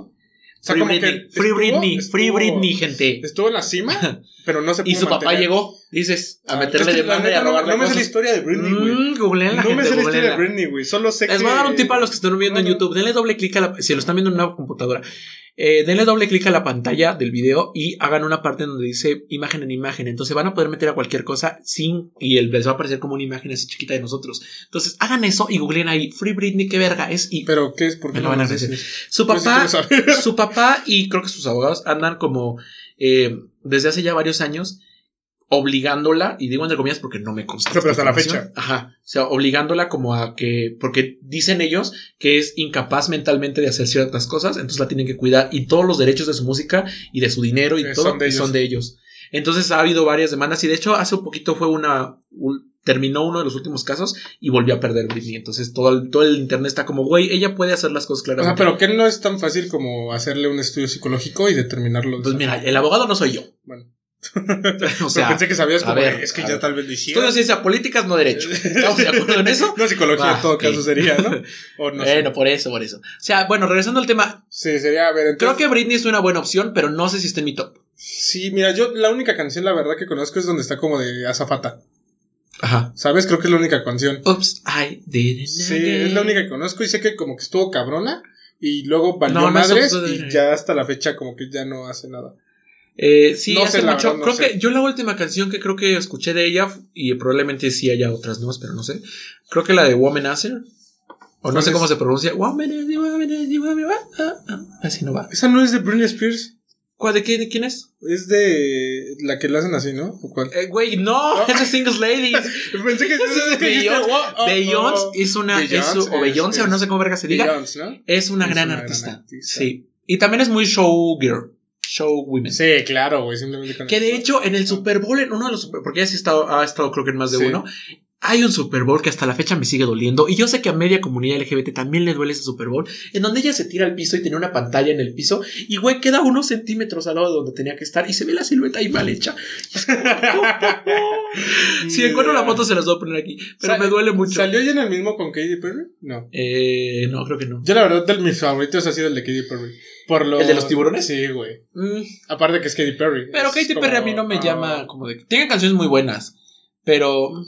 S1: O sea,
S2: free,
S1: como que
S2: Britney, free
S1: estuvo-
S2: Britney, free
S1: estuvo-
S2: Britney, gente.
S1: Estuvo en la cima, pero no se pudo
S2: Y su papá
S1: mantener.
S2: llegó, dices, a
S1: Ah,
S2: meterle
S1: es que la
S2: demanda y a
S1: neta no-
S2: robarle
S1: No, me sé la
S2: cosas.
S1: historia de Britney, güey.
S2: Mm,
S1: no
S2: googleenla,
S1: me
S2: gente,
S1: sé la historia de
S2: googleenla.
S1: Britney, güey. Solo sé
S2: Les
S1: que.
S2: voy a dar un tip a los que están viendo en
S1: No, no.
S2: YouTube. Denle doble clic a la. Si lo están viendo en una computadora, eh, denle doble clic a la pantalla del video y hagan una parte donde dice imagen en imagen. Entonces van a poder meter a cualquier cosa sin. Y el, les va a aparecer como una imagen así chiquita de nosotros. Entonces hagan eso y googleen ahí. Free Britney, qué verga es. Y
S1: Pero, ¿qué es? ¿Por qué
S2: Me lo van a
S1: nos
S2: agradecer.
S1: dices?
S2: su
S1: Yo sí
S2: papá.
S1: quiero saber.
S2: su papá y creo que sus abogados andan como eh, desde hace ya varios años obligándola, y digo entre comillas porque no me consta.
S1: Pero
S2: esta
S1: hasta la
S2: información. Ajá. O sea, obligándola como a que, porque dicen ellos que es incapaz mentalmente de hacer ciertas cosas, entonces la tienen que cuidar y todos los derechos de su música y de su dinero y
S1: Eh,
S2: todo
S1: son de
S2: y son de ellos. Entonces ha habido varias demandas y de hecho hace un poquito fue una... un- terminó uno de los últimos casos y volvió a perder Britney. Entonces todo el, todo el internet está como, güey, ella puede hacer las cosas
S1: O sea,
S2: claramente.
S1: pero que no es tan fácil como hacerle un estudio psicológico y determinarlo. de
S2: Pues
S1: esa
S2: mira, el abogado no soy yo.
S1: Bueno.
S2: o
S1: Pero
S2: sea,
S1: pensé que sabías
S2: a
S1: como
S2: ver,
S1: es que
S2: a
S1: ya
S2: ver.
S1: tal vez lo hicieron.
S2: estudio ciencias políticas, no derecho.
S1: Eh,
S2: ¿Estamos de acuerdo en eso?
S1: No, psicología
S2: Ah,
S1: en todo
S2: ok.
S1: caso sería, ¿no? O no sé.
S2: bueno, por eso, por eso. O sea, bueno, regresando al tema,
S1: Sí, sería, a ver,
S2: creo
S1: entonces.
S2: que Britney es una buena opción, pero no sé si está en mi top.
S1: Sí, mira, yo la única canción, la verdad, que conozco es donde está como de Azafata.
S2: Ajá.
S1: ¿Sabes? Creo que es la única canción.
S2: Oops, I did it
S1: Sí,
S2: again.
S1: es la única que conozco y sé que como que estuvo cabrona y luego valió
S2: No, no, eh.
S1: madres
S2: eso-
S1: y ya hasta la fecha como que ya no hace nada.
S2: Eh, sí,
S1: No
S2: hace
S1: sé, la
S2: mucho.
S1: verdad, no
S2: creo
S1: sé.
S2: que yo la última canción que creo que escuché de ella, y probablemente sí haya otras nuevas, pero no sé. Creo que la de Womanizer. O no
S1: ¿Cuál
S2: sé
S1: es?
S2: cómo se pronuncia. Womanizer, Womanizer, Womanizer, ah, ah, Así no va.
S1: Esa no es de Britney Spears,
S2: ¿Cuál, de, qué, ¿De quién es?
S1: es de la que la hacen así, ¿no? ¿O cuál?
S2: Eh, güey, no,
S1: No.
S2: esa es Singles Ladies.
S1: Pensé que
S2: Esa es de
S1: Oh,
S2: Beyoncé. Beyoncé es una. es
S1: Beyoncé
S2: su- o
S1: es-
S2: Beyoncé, o no
S1: es-
S2: sé cómo verga se diga.
S1: Beyoncé, ¿no?
S2: Es una
S1: es
S2: gran
S1: una gran
S2: artista.
S1: artista.
S2: Sí. Y también es muy showgirl. Showwomen.
S1: Sí, claro, güey, simplemente con
S2: Que de
S1: eso.
S2: hecho, en el Super Bowl, en uno de los Super porque ya sí ha estado, ha estado creo que en más de
S1: Sí.
S2: uno, Hay un Super Bowl que hasta la fecha me sigue doliendo y yo sé que a media comunidad LGBT también le duele ese Super Bowl, en donde ella se tira al piso y tenía una pantalla en el piso y güey queda unos centímetros al lado de donde tenía que estar y se ve la silueta ahí mal hecha. Y es como, si encuentro la foto se las voy a poner aquí, pero
S1: Sale-
S2: me duele mucho.
S1: ¿Salió ya en el mismo con Katy Perry? No.
S2: Eh, no, creo que no.
S1: Yo la verdad, de mis favoritos ha sido el de Katy Perry. Por lo...
S2: ¿El de los tiburones?
S1: Sí, güey.
S2: Mm,
S1: Aparte que es Katy Perry.
S2: pero
S1: Es
S2: Katy
S1: como-
S2: Perry a mí no me
S1: ah.
S2: llama como de... Tiene canciones muy buenas, pero...
S1: No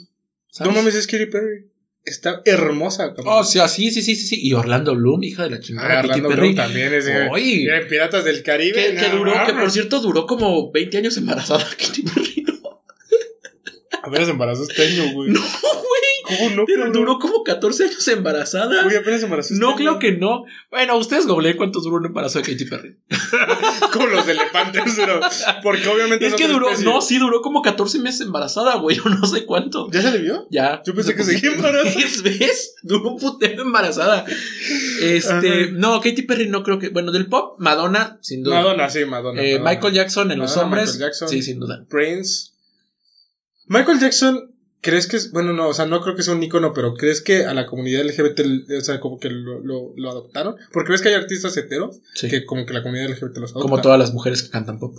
S2: ¿sabes? Oh,
S1: mames, es Katy Perry. Está hermosa. cabrón.
S2: O sea, sí, sí, sí, sí, sí. Y Orlando Bloom, hija de la
S1: Ah,
S2: chingada. Katy
S1: Orlando
S2: Perry.
S1: Bloom también es... de-
S2: Ay.
S1: Era en Piratas del Caribe.
S2: Que, que
S1: no
S2: duró, que por
S1: mames.
S2: cierto duró como 20 años embarazada Katy Perry.
S1: Apenas embarazó este año, güey.
S2: No, güey.
S1: ¿Cómo no?
S2: Pero
S1: cabrón?
S2: duró como 14 años embarazada.
S1: Güey, apenas embarazó este
S2: No, creo que no. Bueno, ustedes googleen cuánto duró un embarazo de Katy Perry.
S1: Con los elefantes duró. Porque obviamente...
S2: Es que
S1: otra
S2: duró,
S1: especie.
S2: no, sí, duró como 14 meses embarazada, güey, o no sé cuánto.
S1: ¿Ya se le vio?
S2: Ya.
S1: Yo pensé que seguía embarazada.
S2: ¿Ves? Duró un putero embarazada. Este,
S1: Ajá.
S2: no, Katy Perry no creo que. Bueno, del pop, Madonna, sin duda.
S1: Madonna, sí, Madonna.
S2: Eh,
S1: Madonna.
S2: Michael Jackson en los
S1: Madonna,
S2: hombres.
S1: Michael Jackson.
S2: Sí, sin duda.
S1: Prince. Michael Jackson, ¿crees que es.? Bueno, no, o sea, no creo que sea un icono, pero ¿crees que a la comunidad LGBT, l- o sea, como que lo, lo- lo adoptaron? Porque ves que hay artistas heteros
S2: Sí.
S1: que, como que la comunidad LGBT los adopta.
S2: Como todas las mujeres que cantan pop.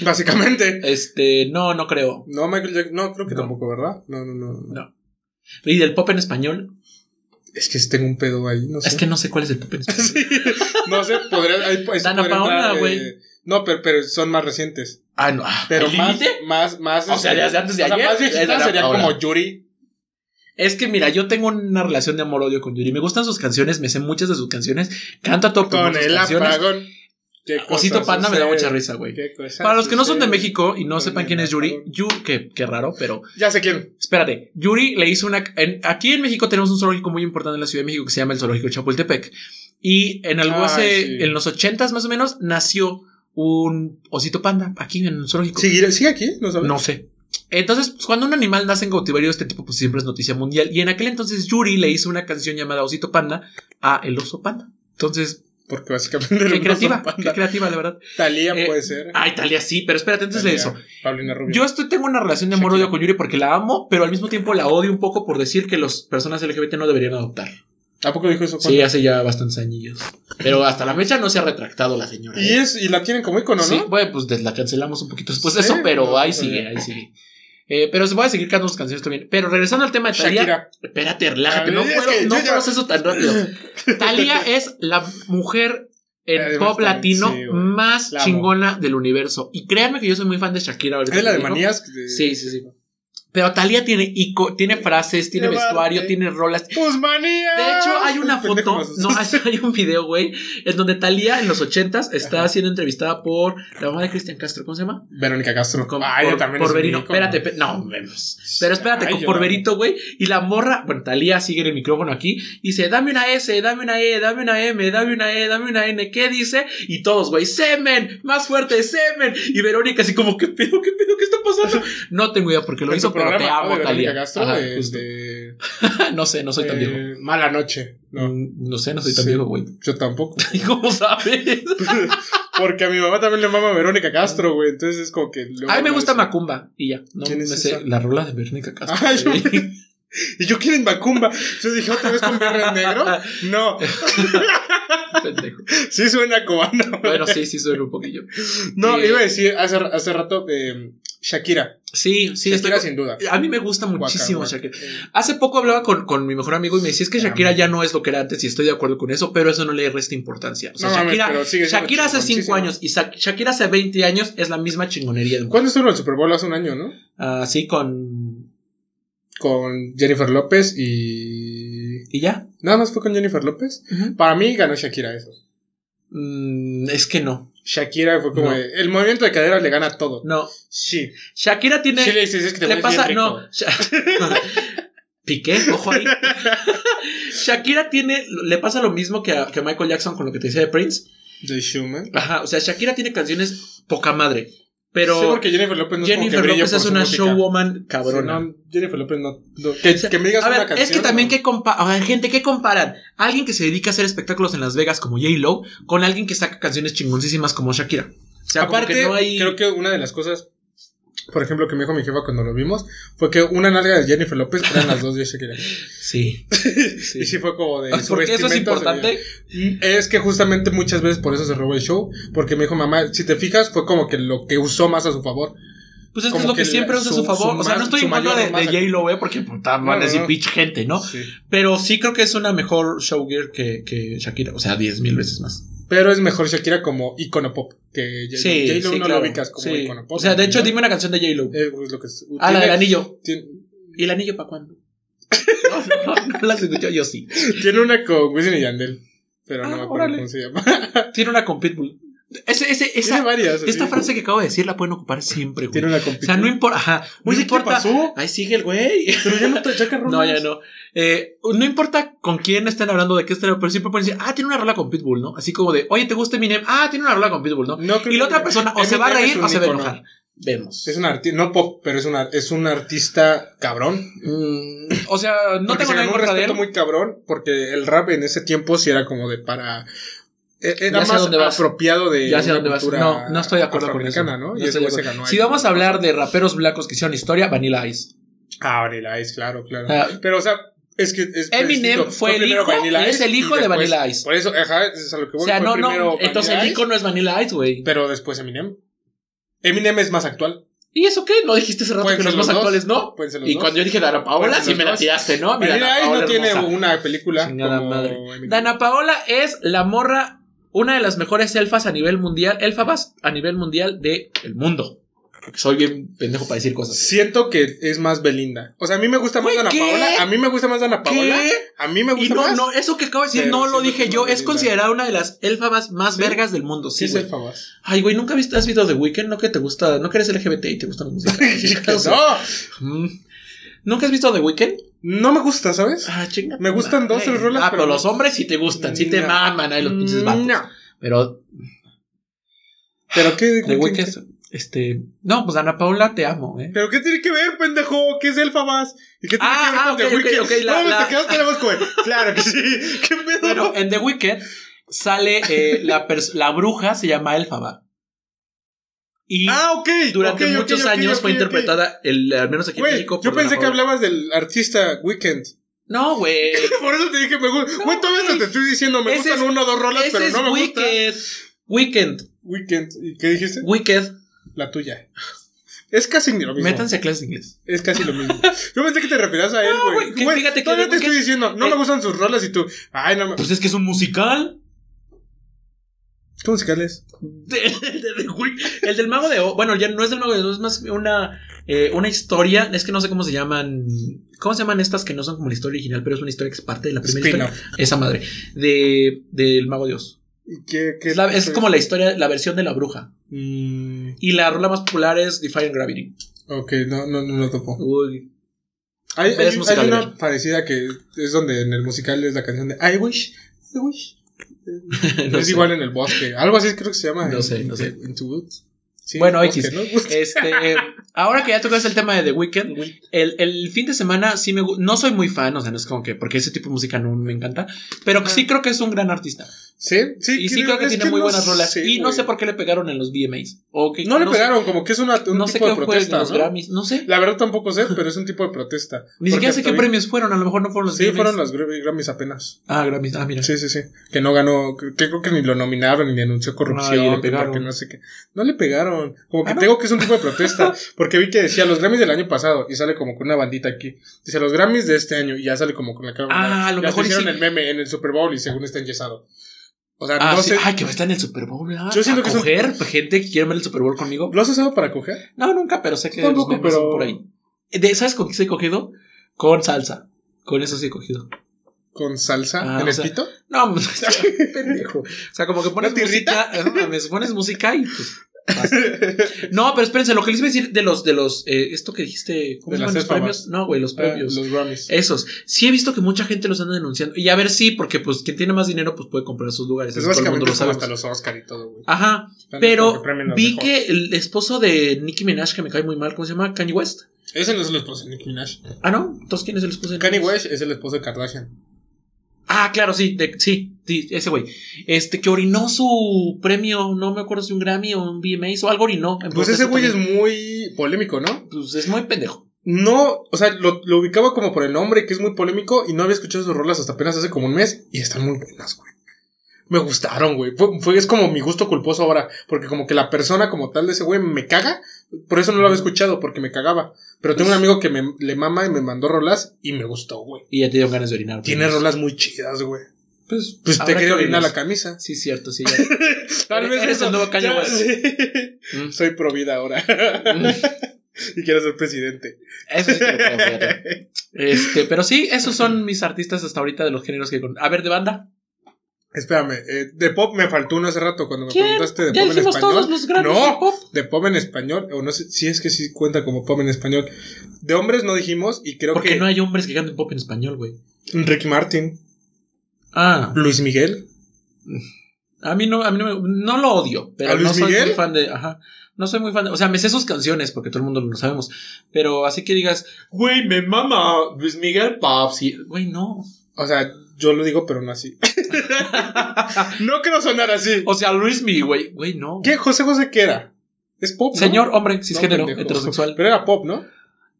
S1: Básicamente.
S2: Este, no, no creo.
S1: No, Michael Jackson, no, creo que
S2: No.
S1: tampoco, ¿verdad? No, no, no, no.
S2: No. ¿Y del pop en español?
S1: Es que tengo un pedo ahí, no sé.
S2: Es que no sé cuál es el pop en español.
S1: Sí. No sé, podría. Ahí, ahí sí
S2: Dana
S1: podría
S2: Paola,
S1: entrar, eh,
S2: güey.
S1: no, pero, pero son más recientes.
S2: Ah, no. ah,
S1: Pero
S2: ¿el
S1: más,
S2: límite?
S1: más, más.
S2: O sea,
S1: este,
S2: desde antes de
S1: o sea,
S2: ayer,
S1: más viejita
S2: es Dana
S1: sería
S2: Paola.
S1: como Yuri.
S2: Es que mira, yo tengo una relación de amor-odio con Yuri. Me gustan sus canciones, me sé muchas de sus canciones. Canta top
S1: Con el
S2: canciones.
S1: apagón. Qué
S2: Osito
S1: cosas
S2: Panda me da
S1: suceden.
S2: mucha risa, güey.
S1: Qué cosas
S2: Para los que no son de
S1: suceden.
S2: México y no
S1: Con
S2: sepan
S1: el
S2: quién es Yuri,
S1: apagón.
S2: Yuri, que, que raro, pero
S1: Ya sé quién.
S2: Espérate, Yuri le hizo una. en- aquí en México tenemos un zoológico muy importante en la Ciudad de México que se llama el Zoológico Chapultepec. Y en algo
S1: Ay,
S2: hace.
S1: Ah, sí.
S2: En los ochentas más o menos nació un osito panda aquí en un zoológico.
S1: ¿Sigue, sigue aquí? No sabes.
S2: No sé. Entonces, pues, cuando un animal nace en cautiverio de este tipo, pues siempre es noticia mundial. Y en aquel entonces Yuri le hizo una canción llamada Osito Panda a El Oso Panda. Entonces,
S1: Porque básicamente. era
S2: qué
S1: un
S2: creativa,
S1: oso
S2: qué
S1: panda.
S2: creativa, la verdad.
S1: Talía
S2: Eh,
S1: puede ser.
S2: Ay, Talia, sí, pero espérate, antes de
S1: Thalía,
S2: eso.
S1: Paulina Rubio.
S2: Yo estoy, tengo una relación de amor-odio con Yuri porque la amo, pero al mismo tiempo la odio un poco por decir que las personas LGBT no deberían adoptar.
S1: ¿A poco dijo eso?
S2: Sí, hace ya bastantes añillos. Pero hasta la fecha no se ha retractado la señora.
S1: Y,
S2: ¿eh?
S1: es, y la tienen como icono,
S2: Sí,
S1: ¿no?
S2: bueno, pues des- la cancelamos un poquito después de
S1: Sí,
S2: eso, pero
S1: no,
S2: ahí
S1: no
S2: sigue,
S1: sabía.
S2: ahí sigue. Eh, pero se voy a seguir cantando sus canciones también. Pero regresando al tema de Talía.
S1: Shakira.
S2: Espérate, relájate,
S1: A
S2: no
S1: ver, es
S2: puedo,
S1: que
S2: no
S1: yo ya-
S2: puedo hacer eso tan rápido. Talía es la mujer en
S1: Además,
S2: pop
S1: también,
S2: latino
S1: sí, güey.
S2: más
S1: La amo.
S2: chingona del universo. Y créanme que yo soy muy fan de Shakira ahorita.
S1: ¿Es la
S2: que
S1: de
S2: dijo.
S1: manías?
S2: Sí, sí, sí. Pero Talía tiene ico, tiene frases, tiene
S1: Llevarte.
S2: vestuario, tiene rolas.
S1: ¡Tus manías!
S2: De hecho, hay una
S1: Pendejo,
S2: foto,
S1: me asusté.
S2: no, hay, hay un video, güey, en donde Talía en los ochentas está siendo entrevistada por la mamá de Cristian Castro, ¿cómo se llama?
S1: Verónica Castro.
S2: Con-
S1: ah, ella
S2: por-
S1: también es un
S2: Porverino.
S1: ícono.
S2: Espérate, pe- no, menos. Pero espérate,
S1: Ay,
S2: con
S1: yo-
S2: Porverito, güey. Y la morra, bueno, Talía sigue en el micrófono aquí. y Dice, dame una S, dame una E, dame una M, dame una E, dame una N. ¿Qué dice? Y todos, güey, semen, más fuerte, semen. Y Verónica así como, ¿qué pedo, qué pedo, qué está pasando? No tengo idea porque lo
S1: En
S2: hizo,
S1: tu
S2: pero te
S1: programa, ¿no?
S2: amo,
S1: de Verónica
S2: Talía.
S1: Castro,
S2: Ajá,
S1: de-
S2: justo.
S1: de-
S2: no sé, no soy tan
S1: eh,
S2: viejo.
S1: Mala noche. No,
S2: Mm, No sé, no soy tan
S1: Sí.
S2: viejo, güey.
S1: yo tampoco.
S2: ¿Y cómo sabes?
S1: Porque a mi mamá también le mama Verónica Castro, güey. Entonces es como que. luego
S2: A mí me
S1: no
S2: gusta
S1: es-
S2: Macumba y ya. No
S1: ¿Quién
S2: me
S1: es
S2: sé
S1: esa?
S2: la rola de Verónica Castro.
S1: Ah, yo- Y yo quiero en Macumba. Yo dije, ¿otra vez con verde en negro? No,
S2: Pendejo.
S1: sí suena cubano.
S2: Bueno, sí, sí, suena un poquillo.
S1: No,
S2: Eh,
S1: iba a decir hace, hace rato eh, Shakira.
S2: Sí, sí, estoy
S1: Shakira
S2: con-
S1: sin duda.
S2: A mí me gusta muchísimo
S1: Guaca,
S2: Shakira.
S1: guaca. Eh,
S2: Hace poco hablaba con, con mi mejor amigo y me decía, es que
S1: Te
S2: Shakira
S1: amo.
S2: ya no es lo que era antes y estoy de acuerdo con eso, pero eso no le resta importancia. O sea,
S1: no mames,
S2: Shakira,
S1: pero sigue siendo
S2: Shakira hace 5
S1: chingoncísima.
S2: años y Sa- Shakira hace 20 años es la misma chingonería de mujer.
S1: ¿Cuándo estuvo en el Super Bowl? Hace un año, ¿no?
S2: Así con...
S1: Con Jennifer López y.
S2: ¿Y ya?
S1: Nada más fue con Jennifer López.
S2: Ujú.
S1: Para mí ganó Shakira eso.
S2: Mm, es que no.
S1: Shakira fue como.
S2: No.
S1: de, el movimiento de cadera le gana todo.
S2: No.
S1: Sí.
S2: Shakira tiene...
S1: Sí le dices, es que te
S2: le
S1: pones bien
S2: pasa,
S1: rico.
S2: no. Sha- Piqué, ojo ahí. Shakira tiene, le pasa lo mismo que a, que a Michael Jackson con lo que te decía de Prince.
S1: De Schumann.
S2: Ajá, o sea, Shakira tiene canciones poca madre,
S1: Sí,
S2: pero
S1: porque Jennifer López no es como
S2: Jennifer
S1: que brilla
S2: López
S1: por
S2: es
S1: su
S2: una
S1: música.
S2: showwoman
S1: Sí,
S2: cabrona.
S1: no, Jennifer López no. no- que,
S2: O sea,
S1: que me digas
S2: a ver,
S1: una canción.
S2: es que también
S1: ¿no?
S2: que compa a ver, gente, ¿qué comparan? Alguien que se dedica a hacer espectáculos en Las Vegas como J-Lo con alguien que saca canciones chingoncísimas como Shakira. O sea, como
S1: Aparte,
S2: que no hay...
S1: creo que una de las cosas por ejemplo, que me dijo mi jefa cuando lo vimos, fue que una nalga de Jennifer López eran las dos de Shakira.
S2: Sí.
S1: Y sí fue como de. su
S2: ¿Por qué eso es
S1: vestimenta se veía-
S2: importante?
S1: Es que justamente muchas veces por eso se robó el show, porque me dijo mamá, si te fijas, fue como que lo que usó más a su favor.
S2: Pues es que
S1: como
S2: es lo que,
S1: que
S2: siempre
S1: la-
S2: usa a
S1: su-
S2: su favor.
S1: su
S2: o sea, no
S1: más-
S2: estoy
S1: su
S2: en contra de,
S1: mayor
S2: de
S1: más-
S2: J-Lo, eh, porque puta, van a
S1: no,
S2: decir
S1: no.
S2: bitch gente, ¿no?
S1: Sí.
S2: Pero sí creo que es una mejor showgirl que, que Shakira. O sea, 10 mil veces más.
S1: Pero es mejor Shakira como icono pop que J-Lo.
S2: Sí,
S1: J-Lo
S2: sí,
S1: no
S2: claro.
S1: lo ubicas como
S2: Sí.
S1: icono pop.
S2: O sea, de hecho,
S1: ¿no?
S2: dime una canción de J-Lo.
S1: Eh, pues, lo que es-
S2: ah, la del
S1: tiene-
S2: anillo.
S1: tiene-
S2: ¿Y el anillo para cuándo? no, no, no, no las escucho yo sí.
S1: Tiene una con Wisin y Yandel, pero
S2: Ah,
S1: no me acuerdo
S2: órale.
S1: cómo se llama.
S2: Tiene una con Pitbull. Ese, ese,
S1: tiene
S2: esa,
S1: varias.
S2: esta
S1: sí.
S2: frase que acabo de decir la pueden ocupar siempre, güey.
S1: Tiene una
S2: O sea, no
S1: competición.
S2: importa. Ajá. No
S1: ¿Qué
S2: importa.
S1: pasó?
S2: Ahí sigue el güey.
S1: Pero ya no te ya que
S2: No, ya
S1: rolas.
S2: no. Eh, no importa con quién estén hablando de qué estreno, pero siempre pueden decir, ah, tiene una rola con Pitbull, ¿no? Así como de, oye, ¿te gusta Eminem? Ah, tiene una rola con Pitbull, ¿no?
S1: No, creo
S2: Y la
S1: que-
S2: otra persona o se va a
S1: Eminem es
S2: reír
S1: un
S2: o se va a
S1: ícono.
S2: enojar. Vemos.
S1: Es un artista, no pop, pero es, una, es un artista cabrón.
S2: Mm, o sea, no
S1: Porque
S2: tengo
S1: se
S2: nada
S1: ganó
S2: en
S1: un
S2: contra de
S1: respeto
S2: él.
S1: muy cabrón, porque el rap en ese tiempo sí era como de para... e- Era
S2: Ya sé a
S1: más
S2: dónde vas.
S1: apropiado de...
S2: Ya sé a
S1: una
S2: dónde vas.
S1: cultura
S2: No, no estoy de acuerdo con eso.
S1: afroamericana, ¿no?
S2: No
S1: Y
S2: estoy de
S1: después se
S2: acuerdo.
S1: ganó
S2: Si vamos a hablar de raperos blancos que hicieron historia, Vanilla Ice.
S1: Ah, Vanilla Ice, claro, claro.
S2: Ah.
S1: Pero, o sea, es que... es-
S2: Eminem
S1: es-
S2: fue el
S1: primero
S2: hijo,
S1: Vanilla
S2: y es
S1: Ice
S2: el
S1: y
S2: hijo de
S1: después-
S2: Vanilla Ice.
S1: Por eso, ajá, es a lo que voy.
S2: O sea,
S1: fue
S2: no,
S1: primero
S2: no. Entonces
S1: Vanilla
S2: el
S1: Ice,
S2: icono es Vanilla Ice, güey.
S1: Pero después Eminem. Eminem es más actual.
S2: ¿Y eso qué? ¿No dijiste hace rato
S1: Pueden
S2: que los
S1: ser
S2: más
S1: Pues los dos.
S2: actuales no?
S1: Pueden ser los
S2: Y
S1: dos.
S2: cuando yo dije Dana
S1: Pueden
S2: Paola,
S1: ser
S2: sí
S1: los
S2: me la
S1: dos.
S2: tiraste, ¿no? Mira,
S1: Vanilla
S2: Dana
S1: Ice
S2: Paola
S1: no tiene
S2: hermosa.
S1: una película
S2: Chingada
S1: como
S2: madre.
S1: Eminem.
S2: Dana Paola es la morra, una de las mejores elfas a nivel mundial, elfabas a nivel mundial de el mundo. Porque soy bien pendejo para decir cosas.
S1: Siento que es más Belinda. O sea, a mí me gusta más
S2: Güey,
S1: Dana
S2: ¿qué?
S1: Paola. A mí me gusta más Dana Paola.
S2: ¿Qué?
S1: A mí me
S2: Y
S1: gusta
S2: no,
S1: más.
S2: no, eso que acabo de decir
S1: Pero
S2: no lo
S1: siento
S2: dije
S1: que no
S2: yo. Es
S1: es
S2: considerada una de las elfabas más
S1: ¿Sí?
S2: vergas del mundo.
S1: Sí,
S2: Sí,
S1: es
S2: güey.
S1: el favor.
S2: Ay, güey, ¿nunca viste- has visto The Weeknd? ¿No que te gusta, no que eres LGBT y te gusta la música? O sea,
S1: no,
S2: mm. ¿Nunca has visto The Weeknd?
S1: no me gusta, ¿sabes?
S2: Ah, chinga.
S1: Me
S2: tu
S1: gustan
S2: madre.
S1: dos, tres rolas,
S2: Ah, pero,
S1: pero no.
S2: los hombres sí te gustan, sí te
S1: No. Mm.
S2: maman ahí los pinches vatos.
S1: No.
S2: Pero
S1: Pero qué.
S2: The
S1: qué-
S2: Weeknd, este. No, pues Ana Paula, te amo, ¿eh?
S1: ¿Pero qué tiene que ver, pendejo? ¿Qué es el Fabás? ¿Y qué tiene
S2: Ah, ah,
S1: que ver
S2: ok,
S1: con The Weeknd?
S2: ok, ok, la-
S1: no,
S2: la- eh,
S1: te quedaste en la voz, güey. Claro que sí. ¿Qué pedo?
S2: Bueno, en The Weeknd sale eh, la, pers- la bruja, se llama Elfaba. Y
S1: ah, ok.
S2: durante
S1: ok, ok,
S2: muchos
S1: ok,
S2: años
S1: ok,
S2: fue
S1: ok.
S2: interpretada, el, al menos aquí en
S1: Güey,
S2: México.
S1: yo
S2: por
S1: pensé
S2: Ana
S1: que
S2: Paula.
S1: hablabas del artista Weekend.
S2: No, güey.
S1: Por eso te dije, me gusta.
S2: No,
S1: Güey, todavía
S2: güey.
S1: te estoy diciendo, me
S2: Ese
S1: gustan
S2: es-
S1: una o dos rolas,
S2: Ese
S1: pero
S2: es
S1: no me gusta.
S2: Weekend. Weekend.
S1: Weekend. ¿Y qué dijiste?
S2: Weekend.
S1: La tuya. Es casi lo mismo.
S2: Métanse a clases de inglés.
S1: Es casi lo mismo. Yo pensé que te referías a él,
S2: No,
S1: güey.
S2: güey, que
S1: Güey,
S2: fíjate que
S1: Todavía
S2: de
S1: te estoy
S2: Weeknd-
S1: diciendo, no
S2: eh.
S1: me gustan sus rolas y tú. Ay, no me.
S2: Pues es que es un musical.
S1: ¿Qué musical es?
S2: De- de- de- güey, el del mago de O. Bueno, ya no es del mago de O, es más una, eh, una historia. Es que no sé cómo se llaman. ¿Cómo se llaman estas que no son como la historia original, pero es una historia que es parte de la primera historia?
S1: Spin-off.
S2: Esa madre. De, del mago de Dios.
S1: ¿Y qué, qué
S2: Es, la- es como la historia, la versión de la bruja.
S1: Mm,
S2: Y la rola más popular es Defying Gravity.
S1: ok, no, no, no lo topo.
S2: Uy.
S1: Hay,
S2: Ves
S1: hay- hay
S2: musical,
S1: una
S2: güey.
S1: parecida que es donde en el musical es la canción de I wish, I wish.
S2: No
S1: es
S2: sé.
S1: igual en el bosque. Algo así creo que se llama.
S2: No
S1: en-
S2: sé, no sé.
S1: Into Woods. Sí,
S2: Bueno,
S1: bosque,
S2: X.
S1: ¿no?
S2: Este, ahora que ya tocas el tema de The Weeknd, el, el fin de semana sí me gu- No soy muy fan, o sea, no es como que. Porque ese tipo de música no me encanta. Pero sí creo que es un gran artista.
S1: Sí, sí.
S2: Y sí creo que
S1: es
S2: tiene muy
S1: no
S2: buenas rolas.
S1: sé,
S2: y no
S1: güey.
S2: sé por qué le pegaron en los VMAs. O que,
S1: No le
S2: sé-
S1: pegaron, como que es una, un
S2: No sé
S1: tipo
S2: qué
S1: de
S2: fue en
S1: protesta,
S2: los
S1: ¿no?
S2: Grammys. No sé.
S1: La verdad tampoco sé, pero es un tipo de protesta.
S2: Ni
S1: Porque
S2: siquiera sé
S1: hasta
S2: qué
S1: vi-
S2: premios fueron. A lo mejor no fueron los
S1: Sí,
S2: VMAs.
S1: fueron los Grammy- Grammys apenas.
S2: Ah, Grammys. Ah, mira.
S1: Sí, sí, sí. Que no ganó, que que creo que ni lo nominaron, ni anunció corrupción,
S2: Ay, le
S1: que
S2: pegaron.
S1: porque no sé qué. No le pegaron. Como que
S2: Ah, ¿no?
S1: tengo que es un tipo de protesta. Porque vi que decía los Grammys del año pasado y sale como con una bandita aquí. Dice los Grammys de este año y ya sale como con la cara.
S2: Ah,
S1: bandada.
S2: a lo
S1: Ya
S2: mejor y
S1: se hicieron el
S2: sí.
S1: meme en el Super Bowl y según está enyesado. O sea,
S2: Ah,
S1: no
S2: sí.
S1: sé.
S2: Ay, que va a estar en el Super Bowl. ¿verdad?
S1: Yo siento
S2: a
S1: que es un-
S2: coger gente que quiere ver el Super Bowl conmigo.
S1: ¿Lo has usado para coger?
S2: No, nunca, pero sé que los
S1: Tampoco,
S2: memes son
S1: pero-
S2: por ahí. De- ¿Sabes con qué sí he cogido? Con salsa. Con eso sí he cogido.
S1: ¿Con salsa?
S2: Ah,
S1: ¿En
S2: o
S1: el
S2: sea,
S1: pito?
S2: No, pendejo. O sea, como que pones
S1: ¿Una tirrita?
S2: música. No mames, pones música y pues. vas. No, pero espérense, lo que les iba a decir de los, de los, eh, esto que dijiste, ¿cómo
S1: De las
S2: se llaman los
S1: esfabas.
S2: premios? No, güey, los
S1: Ah,
S2: premios.
S1: los Grammys.
S2: Esos. Sí he visto que mucha gente los anda denunciando. Y a ver, sí, porque pues quien tiene más dinero, pues puede comprar sus lugares.
S1: Pues
S2: Eso todo el
S1: básicamente
S2: mundo lo
S1: es como
S2: sabe.
S1: hasta los Oscar y todo, güey.
S2: Ajá.
S1: Están como
S2: Pero
S1: que premian lo
S2: vi
S1: mejor.
S2: que el esposo de Nicki Minaj, que me cae muy mal, ¿cómo se llama? Kanye West.
S1: Ese no es el esposo de Nicki Minaj.
S2: Ah, no. Entonces, ¿quién es el esposo de
S1: Kanye West es el esposo de Kardashian.
S2: Ah, claro, sí, de- sí, sí, ese güey. Este, que orinó su premio, no me acuerdo si un Grammy o un VMAs o algo orinó. en
S1: Pues ese
S2: protesta
S1: güey es
S2: también.
S1: muy polémico, ¿no?
S2: Pues es muy pendejo.
S1: No, o sea, lo, lo ubicaba como por el nombre, que es muy polémico, y no había escuchado sus rolas hasta apenas hace como un mes, y están muy buenas, güey. Me gustaron, güey. Fue, fue- es como mi gusto culposo ahora, porque como que la persona como tal de ese güey me caga, por eso no lo había escuchado, porque me cagaba. Pero tengo un amigo que me, le mama y me mandó rolas, y me gustó, güey.
S2: Y ya te dieron ganas de orinar.
S1: Tiene
S2: pues.
S1: rolas muy chidas, güey.
S2: Pues,
S1: Pues te
S2: habrá
S1: quería
S2: que
S1: orinar la
S2: orirnos.
S1: camisa.
S2: Sí, cierto, sí.
S1: Tal vez
S2: Eres
S1: eso-
S2: el nuevo Kanye
S1: ya-
S2: West.
S1: sí.
S2: ya. Mm.
S1: Soy pro vida ahora. y quiero ser presidente.
S2: Eso sí que lo puedo, fíjate. Este, pero sí, esos son mis artistas hasta ahorita de los géneros que con. A ver, de banda.
S1: Espérame, eh, de pop me faltó uno hace rato cuando me
S2: ¿Quién?
S1: preguntaste de
S2: Ya
S1: pop en
S2: dijimos
S1: español.
S2: todos los grandes
S1: No.
S2: de pop.
S1: De pop en español, o no sé si es que sí cuenta como pop en español. De hombres no dijimos y creo
S2: Porque
S1: que
S2: no hay hombres que canten pop en español, güey.
S1: Ricky Martin,
S2: Ah,
S1: Luis Miguel.
S2: a mí no, a mí no, me- no lo odio,
S1: ¿A
S2: pero
S1: Luis
S2: no soy
S1: Miguel?
S2: muy fan de, ajá, no soy muy fan de, o sea, me sé sus canciones porque todo el mundo lo sabemos, pero así que digas, güey, me mama Luis Miguel Pops, y, güey, no.
S1: O sea, yo lo digo, pero no así. no quiero sonar así.
S2: O sea, Luis Miguel, güey, güey, no.
S1: ¿Qué? José José qué era? Es pop. ¿no?
S2: Señor, hombre,
S1: No,
S2: cisgénero,
S1: pendejo.
S2: heterosexual.
S1: Pero era pop, ¿no?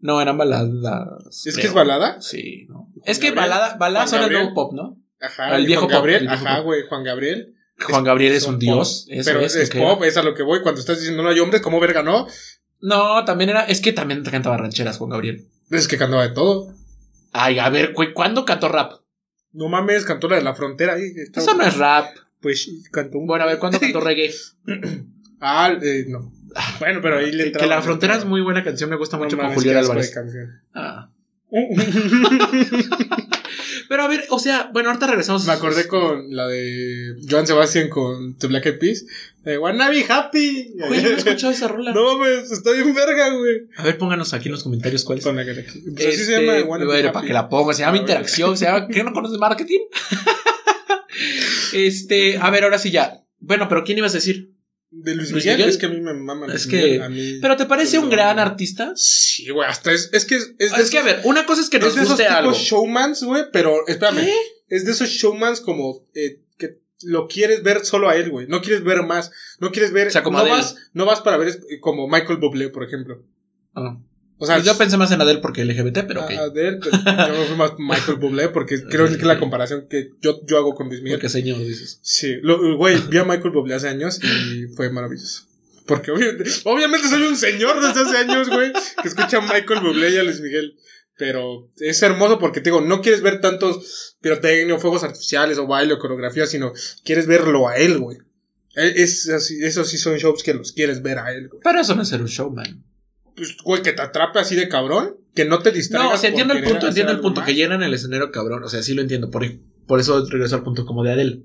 S2: No, eran baladas.
S1: Es que
S2: creo.
S1: es balada.
S2: Sí, ¿no? Es que
S1: Gabriel?
S2: balada, baladas
S1: Juan
S2: son el
S1: Gabriel.
S2: nuevo pop, ¿no?
S1: Ajá.
S2: El
S1: y
S2: viejo
S1: Juan
S2: pop,
S1: Gabriel.
S2: el viejo
S1: Ajá,
S2: pop.
S1: güey. Juan Gabriel.
S2: Juan Gabriel es
S1: Son
S2: un
S1: pop.
S2: dios. Eso
S1: pero
S2: es,
S1: es, es
S2: lo que era.
S1: pop, es a lo que voy. Cuando estás diciendo no hay hombres, ¿cómo verga no?
S2: No, también era. Es que también cantaba rancheras, Juan Gabriel.
S1: Es que cantaba de todo.
S2: Ay, a ver, güey, ¿cuándo cantó rap?
S1: No mames, cantó la de la frontera. ahí estaba-
S2: Eso no es rap.
S1: Pues sí, cantó un.
S2: Bueno, a ver, ¿cuándo cantó reggae?
S1: Ah, eh, no. Bueno, pero ahí le
S2: Que, que
S1: entraba-
S2: La Frontera es muy buena canción, me gusta
S1: No
S2: mucho con
S1: mames,
S2: Julián
S1: qué asco de
S2: Álvarez.
S1: canción.
S2: Ah. Pero a ver, o sea, bueno, ahorita regresamos.
S1: Me acordé con la de Joan Sebastián con The Black Eyed Peas. Eh, Wanna be happy.
S2: Güey, yo no he escuchado esa rola.
S1: No mames, está bien verga, güey.
S2: A ver, pónganos aquí en los comentarios cuál es.
S1: Con la que- pues así se
S2: Este,
S1: llama Wanna be
S2: bueno,
S1: happy.
S2: para que la ponga, se llama
S1: A ver.
S2: interacción, se llama ¿qué no conoces marketing? este, a ver, ahora sí ya. Bueno, pero ¿quién ibas a decir?
S1: De Luis
S2: Luis
S1: Miguel,
S2: Miguel.
S1: es que a mí me mama. Luis
S2: Pues Es que-
S1: Miguel, a mí-
S2: ¿Pero te parece un
S1: Perdón.
S2: gran artista?
S1: Sí, güey, hasta es, es que es, es de
S2: Es que a ver, una cosa es que
S1: es
S2: nos
S1: de esos
S2: guste
S1: tipos
S2: algo.
S1: showmans, güey, pero espérame.
S2: ¿Qué?
S1: Es de esos showmans como eh, que lo quieres ver solo a él, güey. No quieres ver más. No quieres ver.
S2: O sea, como
S1: no
S2: Adele.
S1: vas, no vas para ver eh, como Michael Bublé, por ejemplo.
S2: Ah,
S1: O sea, Ah,
S2: pues yo pensé más en Adele porque LGBT, pero ok.
S1: a- Adele, pero yo me fui más Michael Bublé porque creo que es la comparación que yo, yo hago con Luis Miguel.
S2: Porque señor, dices.
S1: Sí, lo- güey, vi a Michael Bublé hace años y fue maravilloso. Porque obviamente, obviamente soy un señor desde hace años, güey, que escucha a Michael Bublé y a Luis Miguel. Pero es hermoso porque te digo, no quieres ver tantos pirotecnia, fuegos artificiales o baile o coreografía, sino quieres verlo a él, güey. E- Es así, esos sí son shows que los quieres ver a él, güey.
S2: Pero eso no es ser un showman.
S1: Pues, güey, que te atrape así de cabrón, que no te distraigas.
S2: No, o sea, entiendo
S1: por
S2: el
S1: querer
S2: punto,
S1: hacer
S2: entiendo el
S1: algo
S2: punto.
S1: más.
S2: Que llenan el escenario cabrón. O sea, sí lo entiendo. Por, por eso regreso al punto como de Adele.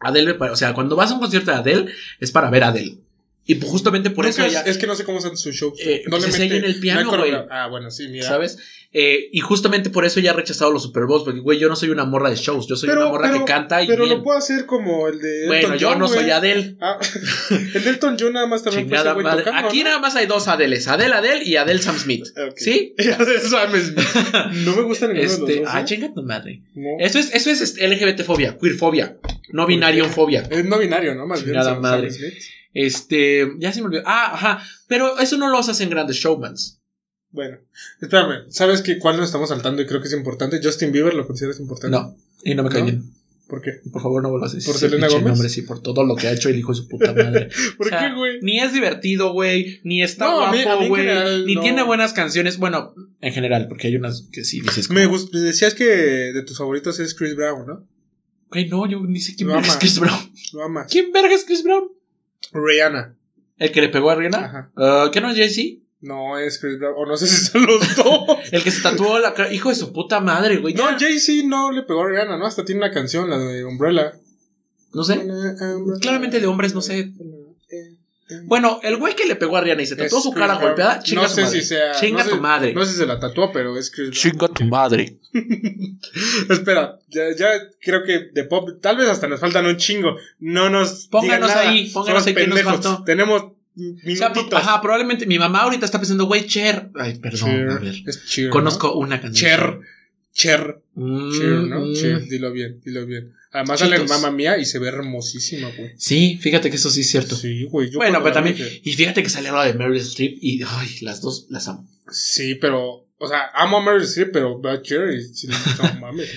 S2: Adele, me pare- o sea, cuando vas a un concierto de Adele, es para ver a Adele. Y pues justamente por
S1: No
S2: eso
S1: sé,
S2: ella,
S1: Es que no sé cómo son sus shows.
S2: Eh,
S1: No
S2: pues
S1: le
S2: es ella
S1: mete-
S2: en el
S1: no hay
S2: piano, güey.
S1: coreografía. Ah, bueno, sí, mira.
S2: ¿sabes? Eh, y justamente por eso ella ha rechazado los Super Bowls, porque, güey, yo no soy una morra de shows, yo soy
S1: Pero-
S2: una morra
S1: pero-
S2: que canta y
S1: Pero
S2: bien.
S1: lo puedo hacer como el de.
S2: bueno,
S1: Elton
S2: yo
S1: John,
S2: no
S1: güey.
S2: soy Adele.
S1: Ah, el de Elton John nada más también
S2: Chingada
S1: fue ese güey
S2: madre.
S1: tocando,
S2: Aquí
S1: ¿no? Ah,
S2: nada más hay dos Adeles, Adele Adele y Adele Sam Smith.
S1: Ok.
S2: ¿Sí?
S1: Eso, mames. no me gusta ninguno de
S2: Este,
S1: los dos.
S2: ah,
S1: ¿eh?
S2: chinga tu madre.
S1: No.
S2: Eso es, eso es este, LGBT fobia, queer fobia, no binario fobia.
S1: Es no binario, ¿no? Más bien.
S2: Chingada
S1: Sam-
S2: madre.
S1: Sam Smith.
S2: Este, ya se me olvidó. Ah, ajá. Pero eso no los hacen grandes showmans.
S1: Bueno, espérame. ¿Sabes qué, cuál nos estamos saltando y creo que es importante? Justin Bieber lo consideras importante.
S2: No. Y no me cae
S1: ¿No?
S2: bien.
S1: ¿Por qué?
S2: Por favor, no vuelvas a decir.
S1: ¿Por
S2: ese
S1: Selena
S2: pinche
S1: Gómez?
S2: nombre, sí, por todo lo que ha hecho el hijo de su puta madre.
S1: ¿Por
S2: O sea,
S1: qué, güey?
S2: Ni es divertido, güey. Ni está
S1: No, a mí- a mí
S2: guapo,
S1: en
S2: güey.
S1: general
S2: Ni
S1: no.
S2: tiene buenas canciones. Bueno, en general, porque hay unas que sí dices. como,
S1: Me gust- decías que de tus favoritos es Chris Brown, ¿no?
S2: Güey, no, yo ni sé quién
S1: Lo
S2: verga es
S1: ama.
S2: Chris Brown.
S1: Lo amas.
S2: ¿Quién verga es Chris Brown?
S1: Rihanna.
S2: ¿El que le pegó a Rihanna?
S1: Ajá.
S2: Ah, ¿Qué no es Jay-Z?
S1: No es Chris Brown. O no sé si son los dos.
S2: El que se tatuó la cara. Hijo de su puta madre, güey.
S1: No,
S2: ya.
S1: Jay-Z no le pegó a Rihanna, ¿no? Hasta tiene una canción, la de Umbrella.
S2: No sé. Claramente de hombres, no sé. Bueno, el güey que le pegó a Rihanna y se tatuó
S1: Es
S2: su cara
S1: Chris Brown.
S2: golpeada, chinga
S1: no
S2: su
S1: sé
S2: madre.
S1: si sea.
S2: Chinga
S1: no sé-
S2: tu madre.
S1: No sé si se la tatuó, pero es Chris Brown.
S2: Chinga tu madre.
S1: Espera, ya, ya creo que de pop, tal vez hasta nos faltan un chingo. No nos.
S2: Pónganos
S1: digan nada.
S2: ahí, pónganos
S1: Somos
S2: ahí qué nos
S1: pendejos.
S2: faltó.
S1: Tenemos
S2: O sea,
S1: minutitos.
S2: ajá, probablemente mi mamá ahorita está pensando, güey, Cher. Ay, perdón,
S1: Cheer.
S2: a ver.
S1: Es cheer,
S2: Conozco una canción.
S1: Cher. Cher.
S2: Mm,
S1: Cher, ¿no?
S2: mm.
S1: Cher, dilo bien, dilo bien. Además sale en
S2: Chitos.
S1: mamá mía y se ve hermosísima, güey.
S2: Sí, fíjate que eso sí es cierto.
S1: Sí, güey. yo
S2: bueno,
S1: cuando la
S2: pero también.
S1: vi dije,
S2: Y fíjate que sale ahora de Meryl Streep y. Ay, las dos las amo.
S1: Sí, pero. O sea, amo a Mary Streep, pero veo a Cher y. sí, No mames.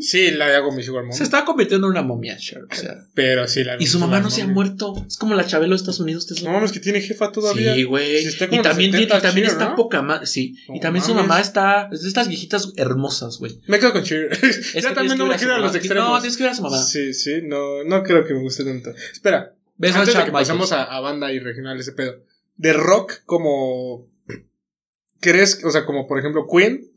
S1: Sí, la hago mi Sugar Mom.
S2: Se está convirtiendo en una momia, Cher. O sea.
S1: Pero sí, la hago
S2: Y
S1: mi
S2: su
S1: Sugar
S2: mamá no se ha
S1: Mommy.
S2: muerto. Es como la Chabelo de Estados Unidos. Tesla.
S1: No mames, que tiene jefa todavía.
S2: Sí, güey.
S1: Si está como
S2: y
S1: en los
S2: también, tiene-
S1: 70
S2: y también
S1: Cher,
S2: está
S1: ¿no?
S2: poca más. Sí.
S1: No
S2: y también su
S1: mames.
S2: mamá está. Es de estas viejitas hermosas, güey.
S1: Me quedo con Cher.
S2: Es que
S1: ya también
S2: tienes que
S1: no me
S2: ver su
S1: quiero a los
S2: mamá.
S1: extremos.
S2: No, tienes que ver a su mamá.
S1: Sí, sí, no, no creo que me guste tanto. Espera,
S2: Ves
S1: antes
S2: a
S1: de
S2: Chuck
S1: que
S2: Michaels.
S1: pasemos a, a banda y regional, ese pedo. De rock, como. ¿Crees? O sea, como por ejemplo Queen,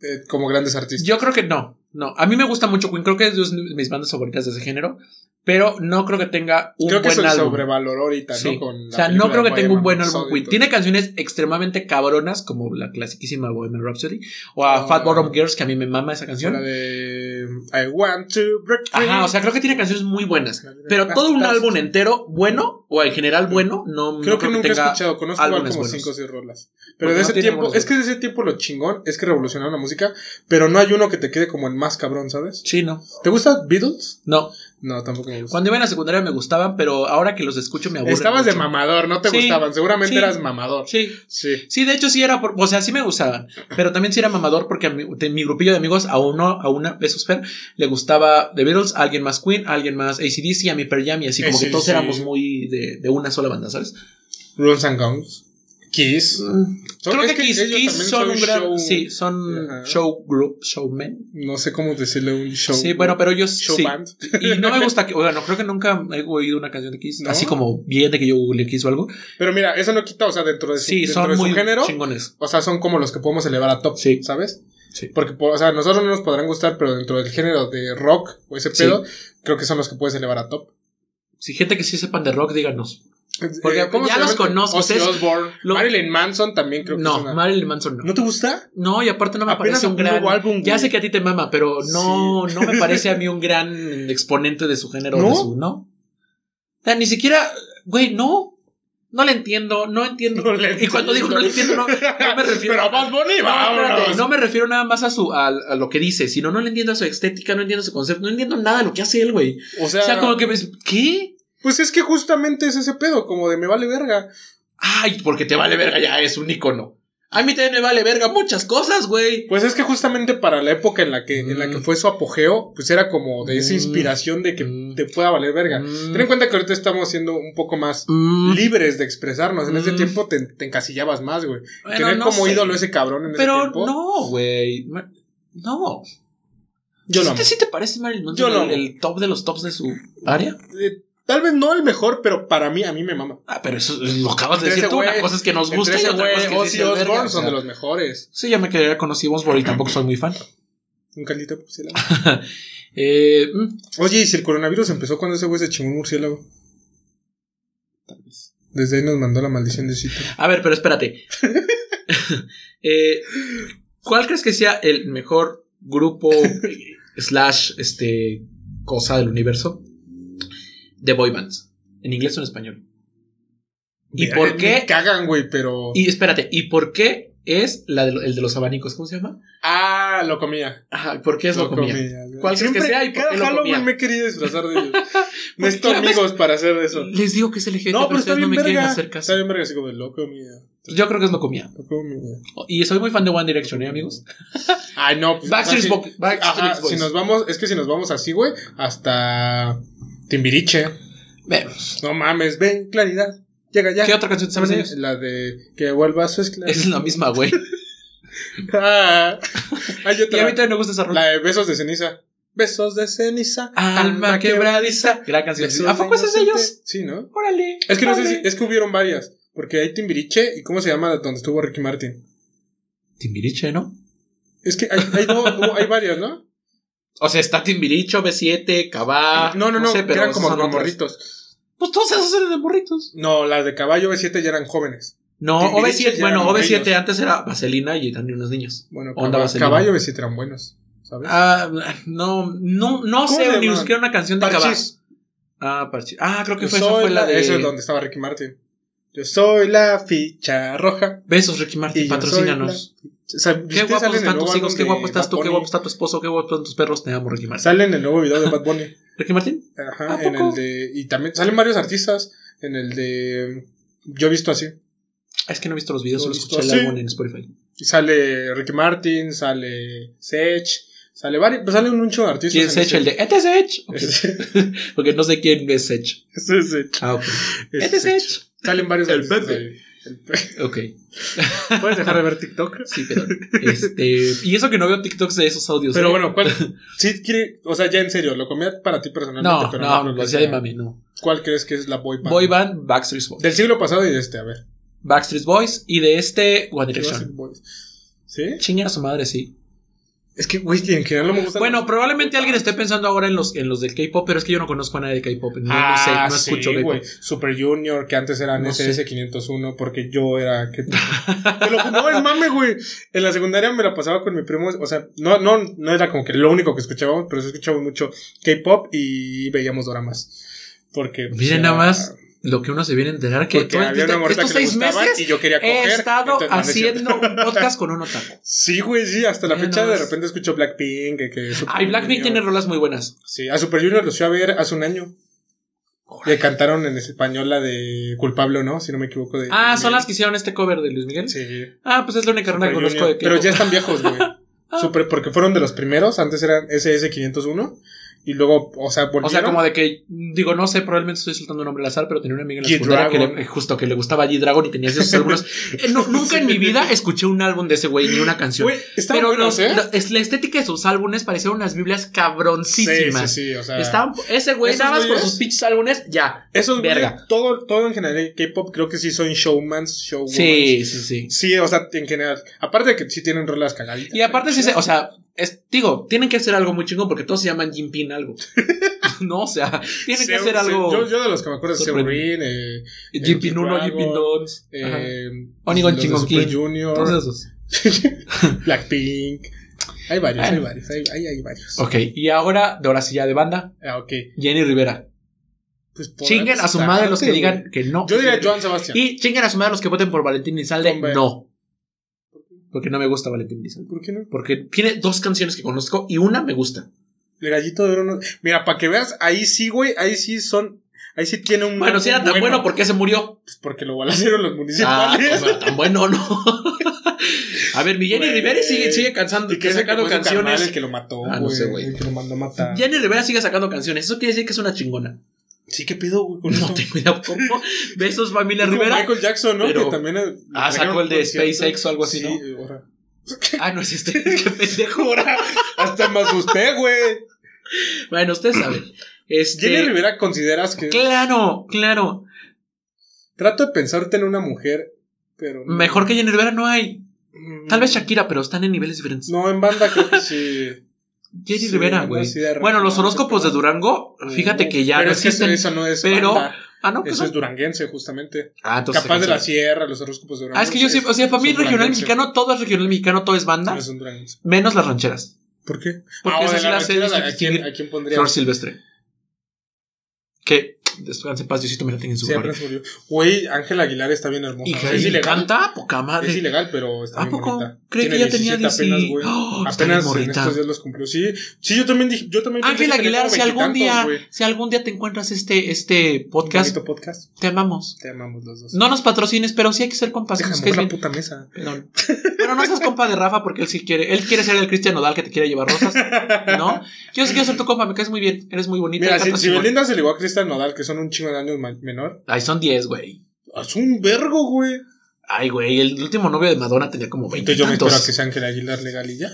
S1: eh, como grandes artistas.
S2: Yo creo que no. No, a mí me gusta mucho Queen. Creo que es de mis bandas favoritas de ese género. Pero no creo que tenga un
S1: creo que
S2: buen
S1: se
S2: álbum.
S1: sobrevaloró ahorita,
S2: Sí.
S1: ¿no? Con
S2: o
S1: la
S2: sea, no
S1: película
S2: creo que
S1: de pues.
S2: tenga un
S1: Bohemian
S2: buen álbum
S1: Rhapsody y
S2: Queen.
S1: todo.
S2: Tiene canciones extremadamente cabronas, como la clasiquísima Bohemian Rhapsody, o a
S1: Ah.
S2: Fat Bottom Girls, que a mí me mama esa
S1: La
S2: canción.
S1: de. I want to break free.
S2: Ajá, o sea, creo que tiene canciones muy buenas. Pero todo un álbum entero bueno, o en general bueno, no
S1: Creo
S2: no
S1: que nunca he
S2: tenga-
S1: escuchado, conozco igual
S2: álbumes
S1: como
S2: buenos.
S1: 5 o 6 rolas. Pero
S2: Porque
S1: de
S2: no
S1: ese
S2: tiene
S1: tiempo,
S2: buenos
S1: es que de ese tiempo lo chingón es que revolucionaron la música, pero no hay uno que te quede como el más cabrón, ¿sabes?
S2: Sí, no.
S1: ¿Te gusta Beatles?
S2: No.
S1: No, tampoco me gusta.
S2: Cuando iba en la secundaria me gustaban, pero ahora que los escucho me aburren.
S1: Estabas de
S2: mucho.
S1: mamador, no te
S2: Sí,
S1: gustaban, seguramente
S2: sí.
S1: eras mamador.
S2: Sí.
S1: Sí.
S2: Sí, de hecho sí era, por- o sea, sí me gustaban, pero también sí era mamador porque a mi, de mi grupillo de amigos, a uno, a una, besos Fer, le gustaba The Beatles, a alguien más Queen, a alguien más ACDC, a mi Pearl Jam y así, como que todos
S1: AC/DC.
S2: éramos muy de, de una sola banda, ¿sabes?
S1: Runes and Guns. Kiss. Son-
S2: Creo
S1: Mm. es
S2: que, Kiss,
S1: ellos también
S2: Kiss son un gran,
S1: show-
S2: sí, son
S1: Ajá.
S2: show group, showmen.
S1: No sé cómo decirle un show.
S2: sí, bueno, pero ellos
S1: Show
S2: sí.
S1: band.
S2: Y no me gusta que, bueno, creo que nunca he oído una canción de Kiss,
S1: ¿No?
S2: así como bien de que yo googleé Kiss o algo.
S1: Pero mira, eso no quita, o sea, dentro de su,
S2: Sí,
S1: dentro
S2: son
S1: de su
S2: muy
S1: género,
S2: chingones.
S1: o sea, son como los que podemos elevar a top,
S2: Sí.
S1: ¿sabes?
S2: Sí.
S1: Porque, po- o sea, a nosotros no nos podrán gustar, pero dentro del género de rock o ese
S2: Sí.
S1: pedo, creo que son los que puedes elevar a top.
S2: Si gente que sí sepan de rock, díganos. Porque
S1: Eh, ¿cómo
S2: ya
S1: se
S2: los
S1: llama?
S2: conozco,
S1: Ozzy
S2: ustedes-
S1: Osbourne.
S2: lo-
S1: Marilyn Manson también creo que es
S2: No,
S1: una-
S2: Marilyn Manson no.
S1: ¿No te gusta?
S2: No, y aparte no me
S1: Apenas
S2: parece
S1: sacó
S2: un
S1: un
S2: gran.
S1: nuevo álbum, güey.
S2: ya sé que a ti te mama, pero no, no me parece a mí un gran exponente de su género.
S1: ¿No?
S2: De su, ¿no? O sea, ni siquiera, güey, no. No le entiendo, no entiendo.
S1: No le
S2: Y cuando digo no le entiendo, no, no me refiero.
S1: Pero Bad Bunny,
S2: No, espérate,
S1: vámonos.
S2: no me refiero nada más a su a, a lo que dice, sino no le entiendo a su estética, no entiendo su concepto, no entiendo nada de lo que hace él, güey.
S1: O
S2: O
S1: sea,
S2: sea, como que ves, ¿qué?
S1: pues es que justamente es ese pedo, como de me vale verga.
S2: Ay, porque te vale verga ya, es un icono. A mí también me vale verga muchas cosas, güey.
S1: Pues es que justamente para la época en la que, en la que
S2: Mm.
S1: fue su apogeo, pues era como de esa
S2: Mm.
S1: inspiración de que
S2: Mm.
S1: te pueda valer verga.
S2: Mm.
S1: Ten en cuenta que ahorita estamos siendo un poco más
S2: Mm.
S1: libres de expresarnos. En ese
S2: Mm.
S1: tiempo te, te encasillabas más, güey.
S2: Bueno,
S1: Tener
S2: no
S1: como
S2: sé.
S1: ídolo ese cabrón en ese
S2: Pero
S1: tiempo.
S2: no, güey. Ma- No.
S1: yo
S2: ¿Sí
S1: lo
S2: te,
S1: amo.
S2: sí te parece Marilyn Manson
S1: Yo lo
S2: el,
S1: amo.
S2: el top de los tops de su área?
S1: Eh, tal vez no el mejor, pero para mí, a mí me mama.
S2: Ah, pero eso es- lo acabas de
S1: Entre
S2: decir
S1: ese
S2: tú. Una
S1: güey-
S2: cosa es que nos
S1: Entre
S2: gusta y
S1: ese
S2: otra cosa es
S1: güey,
S2: que sí
S1: Ozzy
S2: se verga,
S1: Osbourne
S2: o
S1: son de
S2: sea.
S1: los mejores.
S2: Sí, ya me quedaría con Ozzy Osbourne y tampoco soy muy fan.
S1: Un caldito murciélago.
S2: Eh, mm,
S1: Oye, ¿y si el coronavirus empezó cuando ese güey se chingó un murciélago? Desde ahí nos mandó la maldición de Sito.
S2: a ver, pero espérate. Eh, ¿Cuál crees que sea el mejor grupo eh, slash este cosa del universo de boy bands? ¿En inglés o en español? ¿Y
S1: Mira,
S2: por
S1: me
S2: qué?
S1: Cagan, güey, pero.
S2: Y espérate, ¿y por qué es la de lo- el de los abanicos? ¿Cómo se llama?
S1: Ah, lo comía.
S2: Ajá, ¿por qué es
S1: lo
S2: locomía? ¿Cuál crees
S1: Siempre,
S2: que sea y por
S1: cada
S2: qué lo
S1: Halloween
S2: comía?
S1: me he querido disfrazar de ellos. Necesito
S2: claro,
S1: amigos para hacer eso.
S2: Les digo que es LGBT,
S1: No, pero está
S2: ustedes
S1: bien
S2: no me quieren
S1: verga.
S2: hacer
S1: Está
S2: caso.
S1: bien verga, así como de lo comía.
S2: Yo creo que es locomía.
S1: Lo comía.
S2: Y soy muy fan de One Direction, ¿eh, amigos?
S1: Ay, no. Pues,
S2: Backstreet
S1: así-
S2: Bo-
S1: Ajá,
S2: Backstreet Boys.
S1: si nos vamos, es que si nos vamos así, güey, hasta Timbiriche.
S2: Ve,
S1: No mames, ven, claridad. Llega ya.
S2: ¿Qué otra canción te sabes de ellos?
S1: La de que vuelva su esclavo.
S2: Es la misma, güey.
S1: Ah, hay
S2: Y a mí
S1: otra.
S2: también me gusta esa rola.
S1: La de besos de ceniza. Besos de ceniza.
S2: Alma quebradiza. Gran canción.
S1: Besos
S2: ¿A poco esa es de
S1: inocente.
S2: ellos?
S1: Sí, ¿no?
S2: Órale.
S1: Es que no sé
S2: órale.
S1: si, es que hubieron varias. Porque hay Timbiriche y ¿cómo se llama donde estuvo Ricky Martin?
S2: Timbiriche, ¿no?
S1: Es que hay, hay, dos- hubo- hay varias, ¿no?
S2: O sea, está Timbiriche, B7, Cabá.
S1: no, no, no,
S2: Ah, sé,
S1: que eran como
S2: esas
S1: con
S2: son otras.
S1: morritos.
S2: Pues todos esos eran de morritos.
S1: No, las de caballo B7 ya eran jóvenes.
S2: No,
S1: Timbiriche
S2: OV7,
S1: ya eran
S2: bueno, OV7
S1: morrillos.
S2: antes era Vaselina y eran unos niños.
S1: Bueno,
S2: Onda
S1: Caba-
S2: vaselina.
S1: caballo B7 eran buenos, ¿sabes?
S2: Ah, no, no, no
S1: ¿Cómo
S2: sé
S1: le
S2: ni
S1: llamaban?
S2: siquiera una canción de Cabá.
S1: Parchís.
S2: Ah, Parchis. Ah, creo que
S1: Yo
S2: fue, esa
S1: soy
S2: fue la de
S1: Esa es donde estaba Ricky Martin. Yo soy la ficha roja.
S2: Besos, Ricky
S1: Y
S2: Martin,
S1: yo soy
S2: patrocínanos.
S1: O sea,
S2: Qué
S1: ¿viste? Sale
S2: guapos
S1: en el
S2: están
S1: nuevo
S2: tus hijos,
S1: álbum
S2: qué
S1: de
S2: guapo estás
S1: Bad
S2: tú, qué
S1: Bunny.
S2: guapo está tu esposo, qué guapo están tus perros. Te amo, Ricky Martin.
S1: Sale en el nuevo video de Bad Bunny.
S2: ¿Ricky Martin?
S1: Ajá,
S2: ¿A
S1: en el
S2: poco?
S1: de. Y también salen varios artistas. En el de. Yo he visto así.
S2: Es que no he visto los videos,
S1: No he
S2: solo
S1: visto.
S2: escuché el
S1: Sí.
S2: álbum en Spotify.
S1: Y sale Ricky Martin, sale Sech, sale varios. Pues sale un mucho de artistas.
S2: ¿Quién es
S1: en
S2: Edge? ¿El de este es Edge? Ok.
S1: Ese-
S2: Porque no sé quién es Edge.
S1: ese es Sech.
S2: Ah, ok.
S1: Ese
S2: Este es
S1: Sech.
S2: Edge.
S1: Salen varios
S2: El
S1: artistas
S2: Pepe.
S1: ahí. El Pepe.
S2: Ok.
S1: ¿Puedes dejar de ver TikTok?
S2: Sí, perdón. Este, y eso que no veo TikToks de esos audios.
S1: Pero
S2: ¿eh?
S1: bueno, ¿cuál? Sí, quiere, o sea, ya en serio, lo comía para ti personalmente.
S2: No,
S1: pero
S2: no,
S1: creo
S2: lo
S1: que
S2: hacía
S1: sea-
S2: de mami, no.
S1: ¿Cuál crees que es la boy band?
S2: Boy Band, Backstreet Boys.
S1: Del siglo pasado y de este, a ver.
S2: Backstreet Boys y de este One Direction.
S1: Backstreet Boys. ¿Sí?
S2: Chingar a su madre, sí.
S1: Es que, güey, en general no me gusta.
S2: Bueno, probablemente alguien esté pensando ahora en los, en los del K-pop, pero es que yo no conozco a nadie de K-pop. No, no sé, no escucho
S1: Ah, sí, güey.
S2: K-pop.
S1: Super Junior, que antes eran
S2: No sé.
S1: SS501, porque yo era. Que... Te lo juro, no, es mame, güey. En la secundaria me la pasaba con mi primo. O sea, no, no, no era como que lo único que escuchábamos, pero sí escuchábamos mucho K-pop y veíamos dramas. Porque. pues,
S2: Miren
S1: era-
S2: nada más lo que uno se viene a enterar que
S1: Porque
S2: tú-
S1: había una
S2: estos-
S1: morrita
S2: estos
S1: que le
S2: seis
S1: gustaba
S2: meses
S1: y yo quería coger.
S2: he estado
S1: entonces, no, no es cierto.
S2: haciendo un podcast con un otaku.
S1: Sí, güey, sí, hasta la
S2: Mira
S1: fecha de
S2: nomás.
S1: repente escucho Blackpink. Que, que Super
S2: Ay, Blackpink
S1: Junior.
S2: tiene rolas muy buenas.
S1: Sí, a Super Junior los fui a ver hace un año. Le cantaron en español la de culpable o no, si no me equivoco. De
S2: Ah, son las que hicieron este cover de Luis Miguel.
S1: Sí.
S2: Ah, pues es la única rola que
S1: Super
S2: conozco
S1: Junior.
S2: de
S1: Pero
S2: K-pop.
S1: ya están viejos, güey. Super, porque fueron de los primeros, antes eran SS501. Y luego, o sea, volvieron.
S2: O sea, como de que, digo, no sé, probablemente estoy soltando un nombre al azar, pero tenía una amiga en la secundaria que
S1: G-Dragon.
S2: le- eh, justo que le gustaba G-Dragon y tenía esos álbumes. Eh, no, nunca en mi vida escuché un álbum de ese güey, ni una canción.
S1: Güey, estaban
S2: pero
S1: buenos,
S2: los-
S1: ¿eh?
S2: la- es- la estética de sus álbumes parecía unas Biblias
S1: sí, sí,
S2: cabroncísimas.
S1: sí, o sea.
S2: Estaban- ese güey,
S1: ¿Esos
S2: nada más por
S1: güeyes?
S2: sus pinches álbumes, ya.
S1: Esos, güey,
S2: Verga.
S1: todo, todo en general, el K-pop creo que sí son showmans, showwomans.
S2: Sí, sí, sí.
S1: Sí, o sea, en general. Aparte de que sí tienen rolas cagaditas.
S2: Y aparte, sí, se- o sea, es- digo, tienen que hacer algo muy chingón porque todos se llaman Jinping algo. no, o sea, tienen que
S1: Seu-
S2: hacer
S1: Seu-
S2: algo.
S1: Yo, yo de los que me acuerdo es
S2: Sorprendente.
S1: Seurin, eh,
S2: Jinping 1,
S1: G-Dragon,
S2: Jinping 2.
S1: eh,
S2: Onigon
S1: los de
S2: Chingon
S1: Super
S2: King.
S1: Junior,
S2: Todos esos.
S1: Blackpink. Hay varios, hay
S2: Bueno.
S1: varios, hay, hay, hay varios.
S2: Ok, y ahora, de ahora sí ya de banda,
S1: Ah, ok.
S2: Jenny Rivera.
S1: Pues por
S2: Chinguen a su madre los que
S1: bastante,
S2: digan que no.
S1: güey. Yo diría Joan Sebastián.
S2: Y chinguen a su madre los que voten por Valentín Elizalde.
S1: Hombre.
S2: No. Porque no me gusta Valentín Elizalde.
S1: ¿Por qué no?
S2: Porque tiene dos canciones que conozco y una me gusta.
S1: El gallito de oro no- Mira, para que veas, ahí sí, güey, ahí sí son. Ahí sí tiene un.
S2: Bueno, si era tan bueno, ¿por qué se murió?
S1: pues porque lo balacieron los
S2: Ah,
S1: municipales.
S2: pues no era tan bueno, no. a ver, mi Jenny
S1: Güey.
S2: Rivera sigue, sigue cansando,
S1: y que ese
S2: sacando
S1: que fue su carnal
S2: pues, canciones.
S1: el que lo mató,
S2: Ah,
S1: güey.
S2: no sé, güey.
S1: El que lo mandó a matar.
S2: Jenny Rivera sigue sacando canciones. Eso quiere decir que es una chingona.
S1: Sí, qué pedo, güey, con
S2: No
S1: esto?
S2: tengo idea cómo. Besos, familia
S1: Es como
S2: Rivera.
S1: Michael Jackson, ¿no?
S2: pero-
S1: que también. eh,
S2: Ah,
S1: trajeron
S2: sacó el de
S1: un concierto.
S2: SpaceX o algo así,
S1: Sí, eh, ahora.
S2: Ah, no es este. Qué pendejo.
S1: Ahora, Hasta me asusté, güey.
S2: Bueno, ustedes saben. Este,
S1: Jenny Rivera, ¿consideras que.?
S2: Claro, claro.
S1: Trato de pensarte en una mujer, pero. no.
S2: Mejor que Jenny Rivera no hay.
S1: Mm.
S2: Tal vez Shakira, pero están en niveles diferentes.
S1: No, en banda creo que sí. Eh,
S2: Jenny
S1: Sí,
S2: Rivera,
S1: no,
S2: güey.
S1: sí, de
S2: Bueno, los
S1: repente,
S2: horóscopos de
S1: pero-
S2: Durango, fíjate que ya
S1: Pero
S2: no
S1: es que eso,
S2: existen.
S1: eso no es.
S2: pero-
S1: banda.
S2: ah, no, que
S1: Eso
S2: son-
S1: es duranguense, justamente.
S2: Ah, entonces.
S1: Capaz de la
S2: sí.
S1: sierra, los horóscopos de
S2: Ah, es que yo sí, o sea, para mí
S1: son
S2: regional
S1: duranguense.
S2: mexicano, todo es regional mexicano, todo es banda,
S1: No son duranguenses.
S2: menos las rancheras.
S1: ¿Por qué?
S2: Porque
S1: Ah, o
S2: esas
S1: de
S2: sí
S1: la
S2: las sé
S1: ranchera, ¿a,
S2: distinguir.
S1: quién, ¿A quién pondría?
S2: Flor Silvestre. Que descanse en paz, Diosito me la tenga en su
S1: Siempre
S2: gloria.
S1: se murió. Güey, Ángel Aguilar está bien hermosa.
S2: Y
S1: O
S2: que
S1: sea,
S2: le
S1: es ilegal.
S2: encanta, poca madre.
S1: Es ilegal, pero está
S2: ¿A
S1: bien
S2: poco?
S1: bonita.
S2: Cree que
S1: Tiene
S2: ya tenía ¡Oh!
S1: 17
S2: 18.
S1: apenas, güey. apenas en estos días los cumplió. Sí, sí, yo también dije. Yo también pensé
S2: Ángel
S1: que tenía
S2: Aguilar,
S1: como
S2: si algún día,
S1: veintitantos, güey.
S2: si algún día te encuentras este, este podcast,
S1: Bonito podcast.
S2: te amamos.
S1: Te amamos los dos.
S2: No nos patrocines, pero sí hay que ser compas.
S1: Déjame
S2: nos caes
S1: mover la
S2: bien.
S1: puta mesa.
S2: Perdón. Pero no seas compa de Rafa porque él sí quiere. Él quiere ser el Cristian Nodal que te quiere llevar rosas, ¿no? Yo sí quiero ser tu compa, me caes muy bien, eres muy bonita.
S1: Mira,
S2: cantas
S1: si, si
S2: igual.
S1: Belinda se ligó a Cristian Nodal, que son un chingo de años ma- menor,
S2: Ay, son 10, güey.
S1: es un vergo, güey.
S2: Ay, güey, el último novio de Madonna tenía como 20
S1: Entonces yo me espero a
S2: tantos.
S1: que sea Ángel Aguilar legal y ya.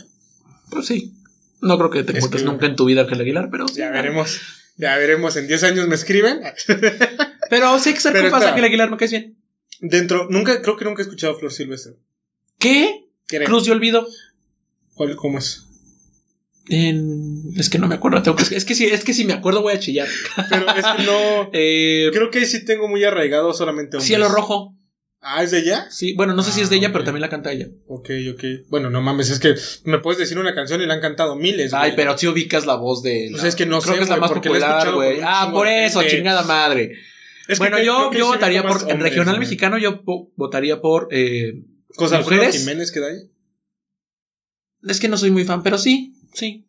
S2: Pues sí. No creo que te
S1: Es
S2: encuentres
S1: que-
S2: nunca en tu vida Ángel Aguilar, pero sí.
S1: Ya veremos. Ya veremos. En 10 años me escriben.
S2: Pero sí hay que ser
S1: Pero
S2: compas
S1: espera.
S2: Ángel Aguilar, me caes bien.
S1: Dentro, nunca, creo que nunca he escuchado a Flor Silvestre.
S2: ¿Qué?
S1: Creo.
S2: Cruz de Olvido.
S1: ¿Cuál- ¿Cómo es?
S2: En- Es que no me acuerdo. tengo que- Es que si, es que si me acuerdo voy a chillar.
S1: Pero es que no.
S2: Eh,
S1: Creo que ahí sí tengo muy arraigado solamente hombres.
S2: Cielo Rojo.
S1: Ah, ¿es de ella?
S2: Sí, bueno, no sé si es de
S1: Ah,
S2: ella,
S1: ok.
S2: pero también la canta ella.
S1: Ok, ok. Bueno, no mames, es que me puedes decir una canción y la han cantado miles.
S2: Ay,
S1: güey.
S2: pero sí ubicas la voz de.
S1: Pues
S2: la-
S1: es que no
S2: creo
S1: sé,
S2: que es la
S1: güey,
S2: más
S1: porque la he
S2: popular,
S1: escuchado
S2: güey.
S1: por un
S2: Ah,
S1: chingo
S2: por
S1: de
S2: eso,
S1: gente.
S2: chingada madre.
S1: Es que
S2: bueno,
S1: creo-
S2: yo,
S1: creo que
S2: yo
S1: sí
S2: votaría
S1: ubico
S2: por.
S1: más
S2: en
S1: hombres,
S2: regional
S1: güey.
S2: mexicano, yo po- votaría por. eh,
S1: Cosa Alfredo
S2: mujeres.
S1: Jiménez que da ahí.
S2: Es que no soy muy fan, pero sí, sí.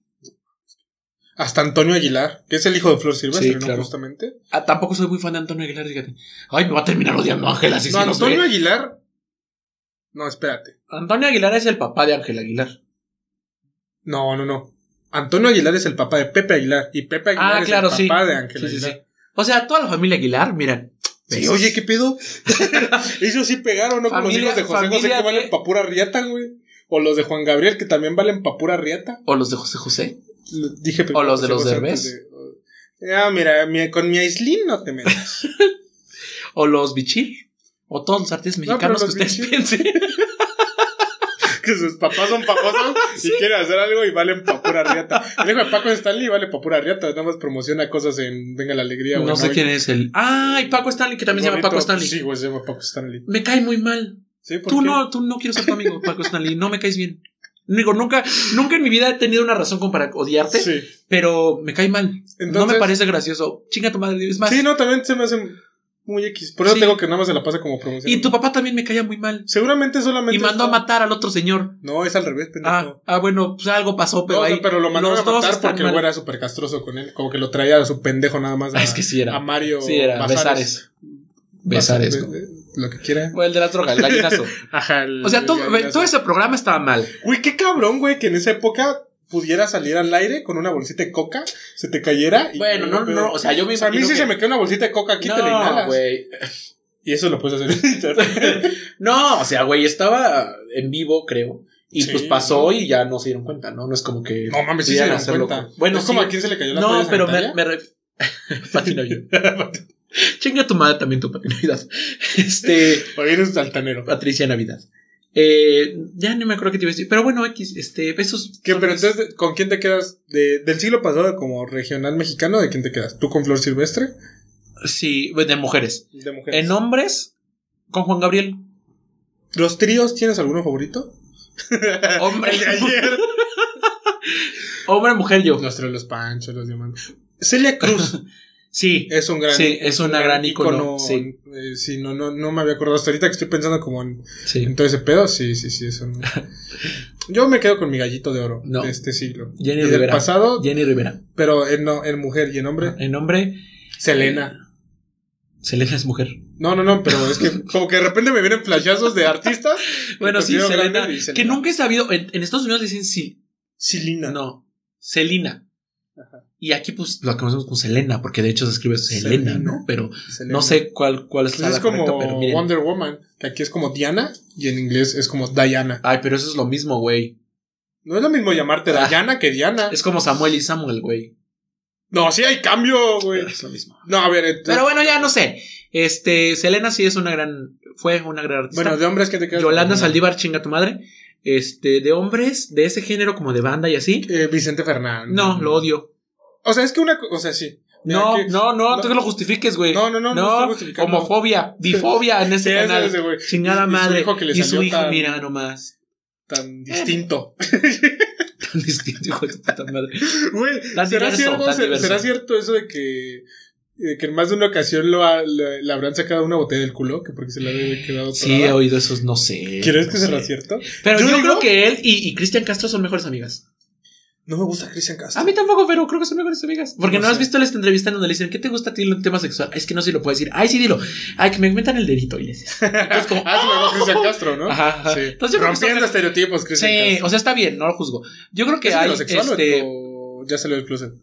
S1: Hasta Antonio Aguilar, que es el hijo de Flor Silvestre,
S2: Sí,
S1: ¿no?
S2: claro.
S1: Justamente.
S2: Ah, tampoco soy muy fan de Antonio Aguilar, fíjate. Ay, me va a terminar odiando a Ángel así.
S1: no,
S2: si nos
S1: Antonio
S2: ve.
S1: Aguilar. No, espérate.
S2: Antonio Aguilar es el papá de Ángel Aguilar.
S1: No, no, no. Antonio Aguilar es el papá de Pepe Aguilar. Y Pepe Aguilar
S2: Ah,
S1: es
S2: claro,
S1: el
S2: sí.
S1: papá de Ángel
S2: Sí, sí,
S1: Aguilar.
S2: sí. O sea, toda la familia Aguilar, miren.
S1: Sí, oye, ¿qué pedo? Ellos sí pegaron, ¿no? Como los
S2: Familia-
S1: hijos de José José
S2: familia
S1: que valen
S2: que-
S1: pa' pura riata, güey. O los de Juan Gabriel que también valen pa' pura riata.
S2: O los de José José.
S1: Lo- Dije primero
S2: los de
S1: José
S2: los
S1: José
S2: Derbez.
S1: antes de- Ah, mira, mi- con mi aislín no te metas.
S2: O los Bichir. O todos los artistas
S1: pero
S2: mexicanos que
S1: los
S2: ustedes
S1: Bichir.
S2: piensen.
S1: que sus papás son famosos y quieren hacer algo y valen pa' pura riata. El hijo de Paco Stanley vale pa' pura riata. Nada más promociona cosas en Venga la Alegría.
S2: No
S1: güey,
S2: sé
S1: Y-
S2: quién es el. ¡Ay! Paco Stanley, que también se llama
S1: Gorrito,
S2: Paco Stanley.
S1: Sí, güey, se llama Paco Stanley.
S2: Me cae muy mal.
S1: Sí, ¿por
S2: Tú
S1: qué?
S2: no, tú no quiero ser tu amigo, Paco Stanley. No me caes bien. Digo, nunca, nunca en mi vida he tenido una razón como para odiarte,
S1: Sí.
S2: pero me cae mal. no me
S1: Entonces-
S2: parece gracioso. Chinga tu madre, es más.
S1: Sí, no, también se me hace muy X. Por eso
S2: Sí.
S1: tengo que nada más se la pasa como promoción.
S2: y tu papá también me caía muy mal.
S1: Seguramente solamente.
S2: Y mandó a
S1: está-
S2: matar al otro señor.
S1: No, es al revés, pendejo.
S2: Ah, ah, bueno, pues algo pasó,
S1: pero,
S2: pero ahí.
S1: pero lo mandaron a
S2: los dos
S1: matar
S2: están
S1: porque el güey
S2: mal.
S1: era súper castroso con él. Como que lo traía a su pendejo nada más. A,
S2: Ah, es que sí
S1: a
S2: era.
S1: Mario.
S2: Sí era. Besares. Besares. ¿no?
S1: Lo que quiera.
S2: O el de la droga, el gallinazo.
S1: Ajá. el-
S2: O sea,
S1: el
S2: todo,
S1: gallinazo.
S2: todo ese programa estaba mal.
S1: Güey, qué cabrón, güey, que en esa época pudiera salir al aire con una bolsita de coca, se te cayera. y-
S2: Bueno, no,
S1: pero-
S2: no, o sea, yo me
S1: O sea, a mí
S2: imagino
S1: sí se
S2: que-
S1: me cae una bolsita de coca aquí, te la inhalas.
S2: No, güey.
S1: Y eso lo puedes hacer.
S2: No, o sea, güey, estaba en vivo, creo. Y
S1: Sí.
S2: pues pasó y ya no se dieron cuenta, ¿no? No es como que.
S1: No mames, sí se
S2: pudieran
S1: dieron
S2: hacerlo
S1: cuenta.
S2: con- Bueno,
S1: es como
S2: sí.
S1: a quién se le cayó la
S2: No,
S1: toalla
S2: pero me,
S1: sanitaria.
S2: me ref- Patino yo. Chinga tu madre también tu patinoidad. Este.
S1: Oye, eres altanero.
S2: Patricia Navidad. Eh, ya no me acuerdo qué te iba a decir. Pero bueno, X, este, esos.
S1: ¿Qué,
S2: son
S1: pero
S2: mis-
S1: entonces, ¿con quién te quedas? De, ¿Del siglo pasado como regional mexicano? ¿De quién te quedas? ¿Tú con Flor Silvestre?
S2: Sí, pues, de mujeres.
S1: De mujeres.
S2: En hombres, con Juan Gabriel.
S1: ¿Los tríos tienes alguno favorito?
S2: Hombre,
S1: El de ayer.
S2: hombre, mujer, yo.
S1: los tríos, los panchos, los diamantes. Celia Cruz
S2: Sí.
S1: es un gran.
S2: Sí, es una gran ícono, sí.
S1: eh, sí, no, no, no me había acordado hasta ahorita que estoy pensando como en,
S2: Sí.
S1: en todo ese pedo. Sí, sí, sí, es un. Yo me quedo con mi gallito de oro
S2: No.
S1: de este siglo.
S2: Jenny
S1: y del
S2: Rivera.
S1: pasado,
S2: Jenny Rivera.
S1: pero en, no, en mujer y en hombre,
S2: En hombre.
S1: Selena.
S2: Selena es mujer.
S1: No, no, no, pero es que como que de repente me vienen flashazos de artistas.
S2: Bueno, sí,
S1: Considero
S2: Selena.
S1: grande y Selena.
S2: Que nunca he sabido. En, en Estados Unidos le dicen sí.
S1: Silina.
S2: No. Selena. Y aquí, pues, lo conocemos con Selena, porque de hecho se escribe Selena,
S1: Selena.
S2: ¿no? Pero
S1: Selena.
S2: no sé cuál, cuál es
S1: Pues
S2: la
S1: es como
S2: correcta, pero miren.
S1: Wonder Woman, que aquí es como Diana y en inglés es como Diana.
S2: Ay, pero eso es lo mismo, güey.
S1: No es lo mismo llamarte
S2: Ah.
S1: Diana que Diana.
S2: Es como Samuel y Samuel, güey.
S1: No, sí hay cambio, güey.
S2: Es lo mismo.
S1: No, a ver, entonces-
S2: Pero bueno, ya no sé. Este, Selena sí es una gran. Fue una gran artista.
S1: bueno, de hombres que te quedas.
S2: Yolanda
S1: con-
S2: Saldívar, chinga tu madre. Este, de hombres, de ese género, como de banda y así.
S1: Eh, Vicente Fernández.
S2: No, lo odio.
S1: O sea, es que una, co- o sea, sí. Mira,
S2: No,
S1: que-
S2: no, no,
S1: no.
S2: tú que lo justifiques, güey.
S1: No, no, no, no estoy justificando.
S2: homofobia, bifobia en
S1: Sí,
S2: este
S1: ese-
S2: canal.
S1: ese güey.
S2: Chingada
S1: Y- y su
S2: madre.
S1: hijo que le
S2: y su
S1: salió
S2: hijo,
S1: tan-
S2: mira nomás.
S1: Tan distinto.
S2: Tan distinto, hijo de tu puta madre.
S1: Güey,
S2: Tan
S1: ¿será,
S2: diverso,
S1: cierto,
S2: tan
S1: se-
S2: diverso.
S1: será cierto eso de que, de que en más de una ocasión lo ha- le, le habrán sacado una botella del culo? Que porque se le había quedado
S2: Sí, pues he
S1: atorada?
S2: oído esos, no sé.
S1: ¿Quieres que
S2: no
S1: será
S2: sé.
S1: cierto?
S2: Pero
S1: Yo
S2: yo,
S1: digo-
S2: creo que él y, y Cristian Castro son mejores amigas.
S1: No me gusta Cristian Castro.
S2: A mí tampoco, pero creo que son mejores amigas. Porque
S1: No
S2: no,
S1: sé.
S2: has visto esta entrevista en donde le dicen, ¿qué te gusta a ti el tema sexual? Es que no sé si lo puedo decir. Ay, sí, dilo. Ay, que me metan el dedito y le dices. Entonces, como,
S1: Ah, se lo hago a Cristian Castro, ¿no?
S2: Ajá, ajá.
S1: Sí.
S2: Entonces, yo creo que
S1: Rompiendo
S2: son-
S1: estereotipos, Cristian
S2: Sí,
S1: Castro.
S2: o sea, está bien, no lo juzgo. Yo creo que
S1: ¿Es
S2: hay
S1: heterosexual o-
S2: este
S1: o ya salió del closet?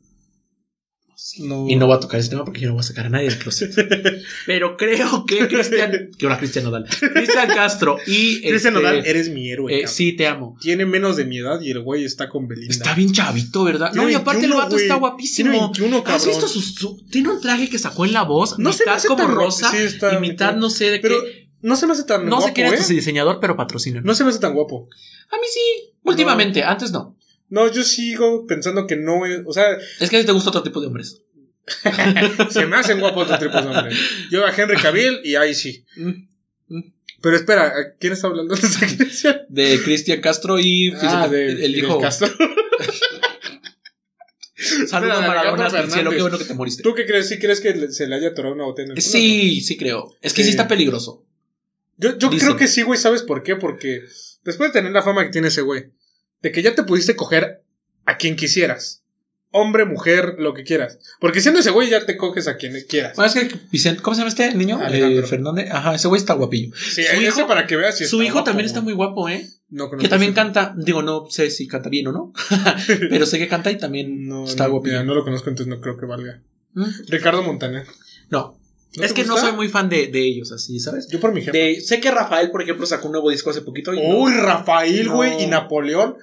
S1: No.
S2: Y no voy a tocar ese tema porque yo no voy a sacar a nadie del closet. Pero creo que Cristian. Que ahora Cristian Nodal. Cristian Castro y.
S1: Cristian
S2: este,
S1: Nodal, eres mi héroe.
S2: eh,
S1: cabrón.
S2: sí, te amo.
S1: Tiene menos de mi edad y el güey está con Belinda.
S2: Está bien chavito, ¿verdad? No,
S1: Tiene
S2: y aparte
S1: 21,
S2: el vato
S1: güey.
S2: está
S1: Tiene
S2: guapísimo.
S1: 21, cabrón.
S2: ¿Has visto su, su- Tiene un traje que sacó en la voz.
S1: No se me
S2: mitad
S1: hace
S2: como
S1: tan guapo.
S2: rosa.
S1: Sí, está
S2: y mitad
S1: mitad.
S2: no sé de
S1: Pero
S2: qué.
S1: no se me hace tan
S2: No
S1: guapo,
S2: sé quién es
S1: ¿eh?
S2: tu diseñador, pero patrocina.
S1: No se me hace tan guapo.
S2: A mí sí. Últimamente, antes no.
S1: No, yo sigo pensando que no es. O sea,
S2: Es que a ti te gusta otro tipo de hombres.
S1: se me hacen guapos los tripos hombres. Yo a Henry Cavill y ahí sí.
S2: Mm.
S1: Pero espera, ¿a ¿quién está hablando de esa Cristian?
S2: De Cristian Castro y
S1: Ah,
S2: Fidel-
S1: de
S2: el
S1: Fidel
S2: hijo.
S1: Castro.
S2: Saludos
S1: Espera, de
S2: para
S1: Alejandro
S2: del cielo. Qué
S1: Fernández.
S2: bueno que te moriste.
S1: ¿Tú qué crees? ¿Sí crees que le- se le haya atorado una botella en el culo?
S2: Sí, sí creo. Es que
S1: Sí.
S2: sí está peligroso.
S1: Yo, yo
S2: Dicen.
S1: creo que sí, güey. ¿Sabes por qué? Porque después de tener la fama que tiene ese güey, de que ya te pudiste coger a quien quisieras. Hombre, mujer, lo que quieras. Porque siendo ese güey ya te coges a quien quieras.
S2: Bueno, es que Vicente, ¿cómo se llama este niño?
S1: Alejandro.
S2: Eh, Fernández. Ajá, ese güey está guapillo.
S1: Sí,
S2: su
S1: ese
S2: hijo-
S1: para que veas si
S2: Su
S1: está
S2: hijo
S1: guapo,
S2: también
S1: güey.
S2: está muy guapo, ¿eh?
S1: No conozco
S2: Que también
S1: a su hijo.
S2: canta, digo, no sé si canta bien o no, pero sé que canta y también
S1: No,
S2: está
S1: no,
S2: guapillo.
S1: mira, no lo conozco, entonces no creo que valga.
S2: ¿Mm?
S1: Ricardo Montaner.
S2: No,
S1: ¿No
S2: es
S1: te
S2: que no
S1: gusta?
S2: soy muy fan de, de ellos, así, ¿sabes?
S1: Yo por mi jefe.
S2: De- sé que Rafael, por ejemplo, sacó un nuevo disco hace poquito. Y no-
S1: Uy, Rafael,
S2: No.
S1: güey, y Napoleón.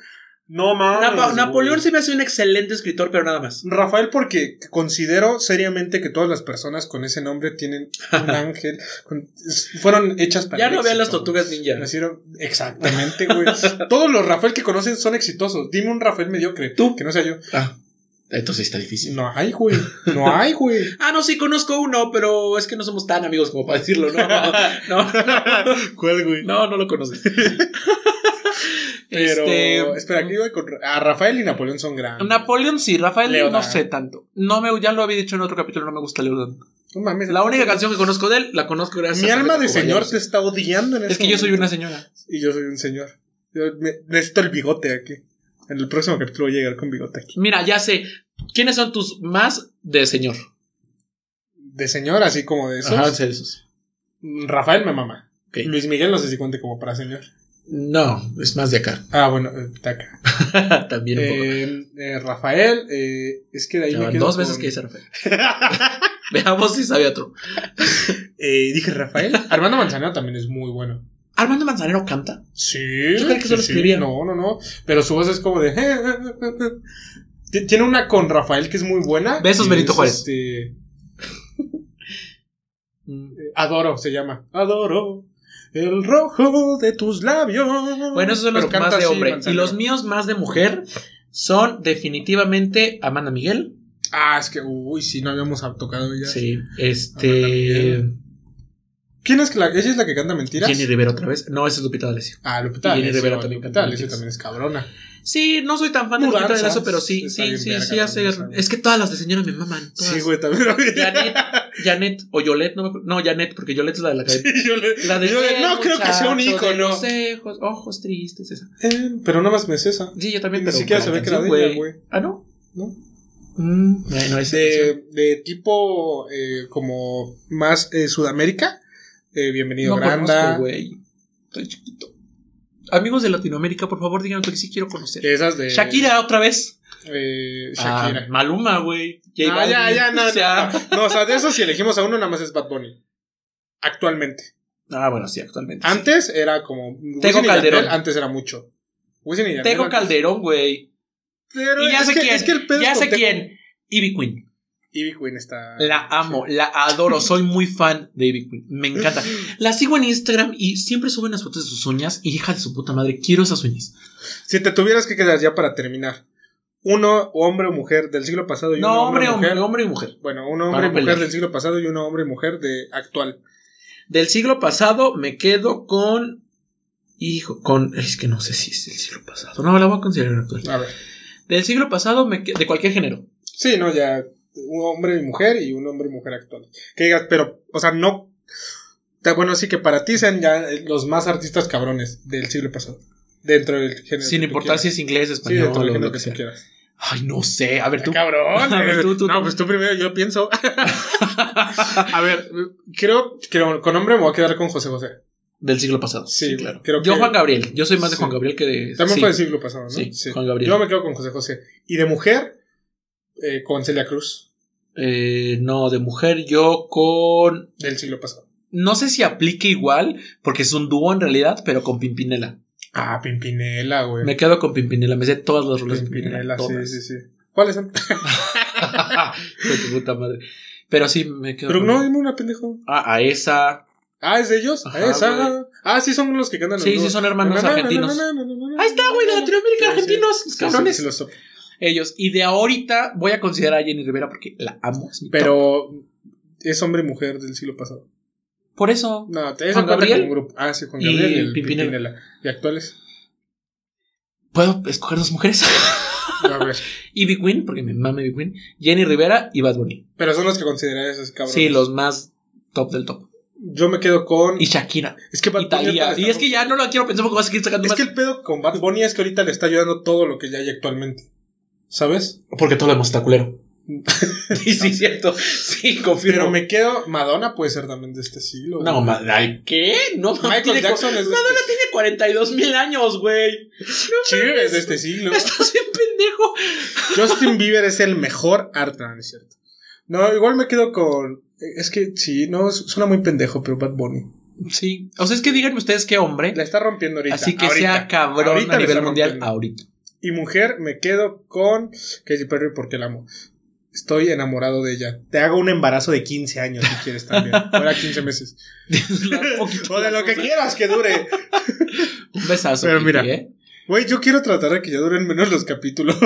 S1: No mames.
S2: Napa-
S1: güey.
S2: Napoleón se me hace un excelente escritor, pero nada más.
S1: Rafael, porque considero seriamente que todas las personas con ese nombre tienen un ángel. con- es- fueron hechas para.
S2: Ya
S1: el
S2: no
S1: éxito,
S2: vean las
S1: güey.
S2: tortugas ninja.
S1: Nacieron- exactamente, güey. Todos los Rafael que conocen son exitosos. Dime un Rafael mediocre.
S2: Tú.
S1: Que no sea yo.
S2: Ah, entonces está difícil.
S1: No hay, güey. No hay, güey.
S2: Ah, no, sí, conozco uno, pero es que no somos tan amigos como para decirlo, ¿no? No, no,
S1: ¿Cuál, güey?
S2: no, no lo conoces.
S1: Pero.
S2: Este,
S1: espera, aquí iba con. Ah, Rafael y Napoleón son grandes.
S2: Napoleón sí, Rafael
S1: Leonardo.
S2: no sé tanto. No me, ya lo había dicho en otro capítulo, no me gusta Leonardo.
S1: No mames.
S2: La única canción que conozco de él, la conozco gracias
S1: Mi
S2: a
S1: alma de
S2: Roberto
S1: señor
S2: Caballeros.
S1: te está odiando en
S2: Es
S1: este
S2: que yo soy
S1: momento.
S2: una señora.
S1: Y yo soy un señor. Yo me- necesito el bigote aquí. En el próximo capítulo voy a llegar con bigote aquí.
S2: Mira, ya sé. ¿Quiénes son tus más de señor?
S1: De señor, así como de esos.
S2: Ajá, sí, esos.
S1: Rafael me mama.
S2: Ok.
S1: Luis Miguel no sé si cuente como para señor.
S2: No, es más de acá.
S1: Ah, bueno, eh, taca.
S2: También un poco.
S1: Eh, eh, Rafael, eh, es que de ahí
S2: Ya
S1: me
S2: van
S1: quedo
S2: dos veces
S1: con-
S2: que dice Rafael. Veamos si sabe otro.
S1: Eh, dije Rafael. Armando Manzanero también es muy bueno.
S2: Armando Manzanero canta.
S1: Sí.
S2: Yo creí que solo
S1: sí, sí.
S2: escribía.
S1: No, no, no. Pero su voz es como de. Ti- Tiene una con Rafael que es muy buena.
S2: Besos,
S1: Y
S2: Benito
S1: es,
S2: Juárez.
S1: este, Adoro se llama. Adoro el rojo de tus labios.
S2: Bueno, esos son los
S1: Pero canta
S2: más de
S1: así,
S2: hombre. y
S1: Manzanero.
S2: los míos más de mujer son definitivamente Amanda Miguel.
S1: Ah, es que, uy, sí, no habíamos tocado ya.
S2: Sí.
S1: Amanda
S2: Este.
S1: Miguel. ¿Quién es que la, ella es la que canta mentiras?
S2: Jenny Rivera otra vez. No, esa es Lupita D'Alessio.
S1: Ah, Lupita.
S2: Jenny
S1: D'Alessio,
S2: Rivera también
S1: Lupita
S2: canta
S1: D'Alessio
S2: mentiras.
S1: también es cabrona.
S2: Sí, no soy tan fan de Lupita
S1: Mudanzas.
S2: D'Alessio, pero sí,
S1: Está
S2: sí,
S1: bien
S2: sí,
S1: verga
S2: sí hace.
S1: también esa.
S2: Es que todas las de señora me maman. Todas.
S1: Sí, güey, también.
S2: Janet, Janet o Yolette, no me acuerdo. No, Janet, porque Yolette es la de la cadena.
S1: yo le-
S2: La de
S1: yo le- no
S2: "Eh,
S1: creo que sea un
S2: muchacho de
S1: ícono.
S2: los ojos, ojos tristes, esa.
S1: Eh, pero nada más me es esa.
S2: Sí, yo también.
S1: Ni
S2: pero
S1: siquiera
S2: con
S1: se
S2: la
S1: ve que era
S2: canción,
S1: de ella, güey.
S2: Ah, ¿no?
S1: ¿No?
S2: Mm, bueno, ese.
S1: De, de tipo eh, como más eh, Sudamérica. Eh, bienvenido,
S2: no
S1: Granda.
S2: conozco, güey. Estoy chiquito. Amigos de Latinoamérica, por favor, díganme que sí quiero conocer.
S1: Esas de.
S2: Shakira, otra vez.
S1: Eh,
S2: Ah,
S1: Shakira.
S2: Maluma, güey. J
S1: Ah, pues. ya,
S2: Balvin,
S1: ya, no,
S2: o sea-
S1: no, no. No, o sea, de esos si elegimos a uno, nada más es Bad Bunny. Actualmente.
S2: Ah, bueno, sí, actualmente. sí.
S1: Antes era como. Wisin y
S2: Calderón.
S1: Yandel, Antes era mucho. Wisin y Yandel
S2: Tego
S1: antes-
S2: Calderón, güey.
S1: Pero
S2: Y ya
S1: es
S2: sé
S1: que-
S2: quién.
S1: es que el pedo
S2: ya
S1: es
S2: sé
S1: con Tego-
S2: quién. Ivy Queen.
S1: Ivy Queen está.
S2: La amo, la adoro, soy muy fan de Ivy Queen, me encanta. La sigo en Instagram y siempre suben las fotos de sus uñas y hija de su puta madre, quiero esas uñas.
S1: Si te tuvieras que quedar ya para terminar. Uno, hombre o mujer del siglo pasado y uno
S2: No, hombre,
S1: hombre, o mujer.
S2: hombre, hombre y mujer.
S1: Bueno, uno hombre
S2: Para
S1: y mujer
S2: pelear.
S1: del siglo pasado y uno hombre y mujer de actual.
S2: Del siglo pasado me quedo con... Hijo, con... Es que no sé si es del siglo pasado. No, la voy a considerar actual.
S1: A ver.
S2: Del siglo pasado me quedo... De cualquier género.
S1: Sí, no, ya. Un hombre y mujer y un hombre y mujer actual. Que digas, pero, o sea, no. Está bueno, sí que para ti sean ya eh, los más artistas cabrones del siglo pasado. Dentro del género.
S2: Sin importar si es inglés,
S1: Sí, dentro
S2: español
S1: del
S2: o
S1: género
S2: lo
S1: que
S2: que
S1: tú
S2: sea.
S1: quieras.
S2: Ay, no sé. A ver, tú...
S1: Ah, Cabrón.
S2: A ver, tú, tú,
S1: no,
S2: tú.
S1: pues tú primero, yo pienso. A ver, creo que con hombre me voy a quedar con José José.
S2: Del siglo pasado.
S1: Sí,
S2: Sí, claro.
S1: creo
S2: Yo
S1: que-
S2: Juan Gabriel. Yo soy más de
S1: Sí.
S2: Juan Gabriel que de...
S1: También
S2: sí.
S1: fue del siglo pasado, ¿no?
S2: Sí, Juan Gabriel.
S1: Yo me quedo con José José. Y de mujer, eh, con Celia Cruz,
S2: Eh, no, de mujer yo con...
S1: del siglo pasado.
S2: No sé si aplique igual, porque es un dúo en realidad, pero con Pimpinela.
S1: Ah, Pimpinela, güey.
S2: Me quedo con Pimpinela, me sé todas las rolas de Pimpinela.
S1: Pimpinela, sí,
S2: todas.
S1: sí, sí. ¿Cuáles son?
S2: Con tu puta madre. Pero sí, me quedo
S1: Pero
S2: con-
S1: no, dime una pendejo.
S2: a, a esa.
S1: Ah, es de ellos.
S2: Ajá,
S1: Ah, esa.
S2: güey.
S1: Ah, sí, son los que cantan.
S2: Sí, sí, son hermanos argentinos. Ahí está, güey, de Latinoamérica, argentinos, cabrones.
S1: Cabrones.
S2: Ellos. Y de ahorita voy a considerar a Jenny Rivera porque la amo. es mi top.
S1: Pero es hombre y mujer del siglo pasado.
S2: Por eso.
S1: No, te eso
S2: Juan
S1: cuenta
S2: Gabriel.
S1: como grupo. Ah, sí, Juan
S2: Y
S1: Gabriel y el
S2: Pimpinela.
S1: Pimpinela. ¿Y actuales?
S2: ¿Puedo escoger dos mujeres?
S1: A ver.
S2: Ivy Queen, porque me mama Ivy Queen. Jenny Rivera y Bad Bunny.
S1: Pero son los que consideras esos cabrones.
S2: Sí, los más top del top.
S1: Yo me quedo con.
S2: Y Shakira.
S1: es que Bad
S2: Y
S1: Bunny ahorita
S2: Thalía.
S1: le
S2: Y
S1: está-
S2: es que ya no lo quiero pensar porque vas a seguir sacando
S1: Es
S2: más.
S1: que el pedo con Bad Bunny es que ahorita le está ayudando todo lo que ya hay actualmente. ¿Sabes?
S2: Porque todo lo demás está culero. sí, sí, cierto. Sí, confirmo.
S1: Pero me quedo. Madonna puede ser también de este siglo.
S2: No,
S1: güey.
S2: ma- ay, ¿qué? No, ma-
S1: Michael
S2: tiene,
S1: Jackson
S2: cu-
S1: es de
S2: Madonna
S1: este-
S2: tiene 42 mil años, güey.
S1: Cher es de este siglo.
S2: Estás bien pendejo.
S1: Justin Bieber es el mejor arte, no, no es cierto. No, igual me quedo con. Es que sí, no, su- suena muy pendejo, pero Bad Bunny.
S2: Sí. O sea, es que díganme ustedes qué hombre.
S1: La está rompiendo ahorita.
S2: así que
S1: ahorita.
S2: sea cabrón
S1: Ahorita
S2: a
S1: la
S2: nivel
S1: está
S2: mundial
S1: rompiendo.
S2: ahorita.
S1: Y mujer, me quedo con Katy Perry porque la amo. Estoy enamorado de ella. Te hago un embarazo de 15 años si quieres también. Ahora 15 meses.
S2: Un poquito
S1: O de lo que quieras que dure.
S2: Un besazo. ¿eh?
S1: Pero
S2: Pero
S1: mira.
S2: mira.
S1: Güey, yo quiero tratar de que ya duren menos los capítulos.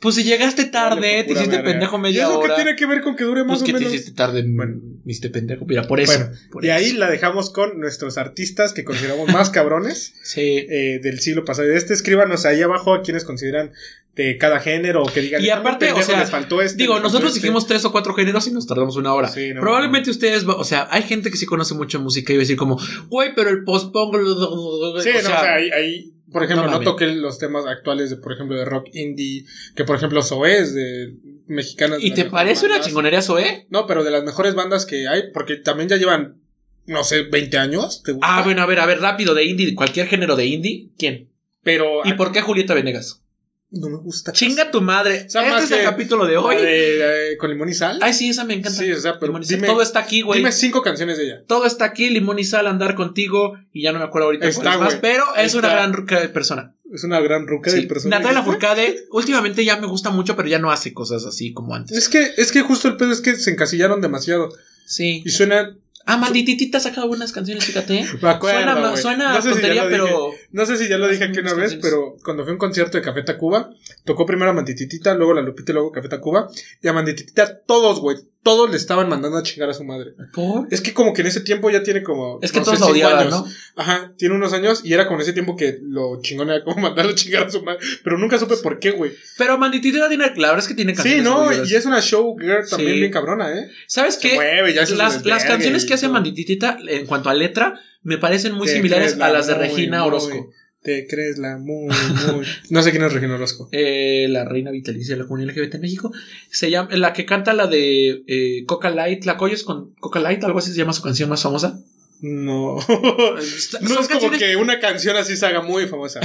S2: Pues si llegaste tarde,
S1: Vale,
S2: te
S1: pura
S2: hiciste
S1: verga.
S2: pendejo
S1: ¿Y
S2: media
S1: eso
S2: hora.
S1: qué tiene que ver con que dure más
S2: pues que
S1: o
S2: te
S1: menos?
S2: hiciste tarde,
S1: Bueno.
S2: me hiciste pendejo. Mira, por eso.
S1: Bueno,
S2: por
S1: Y
S2: eso.
S1: ahí la dejamos con nuestros artistas que consideramos más cabrones
S2: Sí.
S1: eh, del siglo pasado. Y de este, escríbanos ahí abajo a quienes consideran de cada género o que digan.
S2: Y
S1: "Ah, no,
S2: aparte, o
S1: pendejo,
S2: sea,
S1: les faltó este,
S2: Digo,
S1: les faltó
S2: nosotros
S1: este".
S2: dijimos tres o cuatro géneros y nos tardamos una hora.
S1: Sí, no,
S2: Probablemente ustedes, va- o sea, hay gente que sí conoce mucho música y va a decir como, güey, pero el post-punk. o
S1: Sí, no, o sea,
S2: sea,
S1: ahí, ahí, por ejemplo,
S2: no
S1: no,
S2: mames.
S1: toqué los temas actuales de, por ejemplo, de rock indie, que por ejemplo Soez, de mexicanas. de
S2: ¿Y
S1: las
S2: te
S1: mejores
S2: parece una
S1: bandas.
S2: chingonería eso, eh?
S1: No, pero de las mejores bandas que hay, porque también ya llevan, no sé, 20 años. ¿te gusta?
S2: Ah, bueno, a ver, a ver, rápido, de indie, cualquier género de indie, ¿quién?
S1: Pero ah,
S2: ¿Y por qué Julieta Venegas?
S1: no me gusta.
S2: Chinga tu madre.
S1: O sea,
S2: Este
S1: más
S2: es el
S1: que-
S2: capítulo de
S1: La
S2: hoy.
S1: de- la de- con limón y sal.
S2: Ay, sí, esa me encanta.
S1: sí, o sea, pero
S2: Limón y sal.
S1: dime,
S2: Todo está aquí, güey.
S1: dime cinco canciones de ella.
S2: Todo está aquí, limón y sal, andar contigo. Y ya no me acuerdo ahorita
S1: Está,
S2: cuáles más,
S1: güey.
S2: pero es una
S1: Está.
S2: gran ruca- persona.
S1: Es una gran ruca
S2: Sí.
S1: de persona.
S2: Natalia Lafourcade, últimamente ya me gusta mucho, pero ya no hace cosas así como antes.
S1: Es que, es que justo el pedo es que se encasillaron demasiado.
S2: Sí.
S1: Y suena.
S2: Ah, Mandititita ha sacado buenas canciones, fíjate.
S1: Me acuerdo,
S2: suena ma-
S1: güey.
S2: suena
S1: No sé si ya
S2: tontería,
S1: lo dije.
S2: pero.
S1: No sé si ya lo dije
S2: Hace
S1: aquí una
S2: muchas
S1: vez,
S2: canciones.
S1: pero cuando fue a un concierto de Café Tacuba, tocó primero a Mandititita, luego la Lupita y luego Café Tacuba. Y a Mandititita, todos, güey, todos le estaban mandando a chingar a su madre.
S2: ¿Por?
S1: Es que como que en ese tiempo ya tiene como.
S2: Es que
S1: no sé,
S2: todos la
S1: cinco
S2: odiaban,
S1: años.
S2: ¿no?
S1: Ajá, tiene unos años y era como en ese tiempo que lo chingón era como mandarlo a chingar a su madre. Pero nunca supe por qué, güey.
S2: Pero Mandititita tiene. La verdad es que tiene
S1: Sí,
S2: canciones.
S1: no,
S2: orgullosas.
S1: y es una showgirl también
S2: Sí.
S1: bien cabrona, ¿eh?
S2: ¿Sabes
S1: Se
S2: qué?
S1: mueve, ya hace su
S2: las, las
S1: desvergue
S2: canciones
S1: y
S2: que hace
S1: todo.
S2: Mandititita en cuanto a letra me parecen muy
S1: Te
S2: similares
S1: crees
S2: a
S1: la
S2: las de
S1: muy,
S2: Regina
S1: muy.
S2: Orozco.
S1: Te crees la muy, muy. No sé quién es Regina Orozco.
S2: Eh, la reina vitalicia de la comunidad LGBT en México. Se llama, la que canta la de eh, Coca Light, la coyes con Coca Light, algo así se llama su canción más famosa.
S1: No.
S2: Son
S1: No es como
S2: canciones-
S1: que una canción así se haga muy famosa.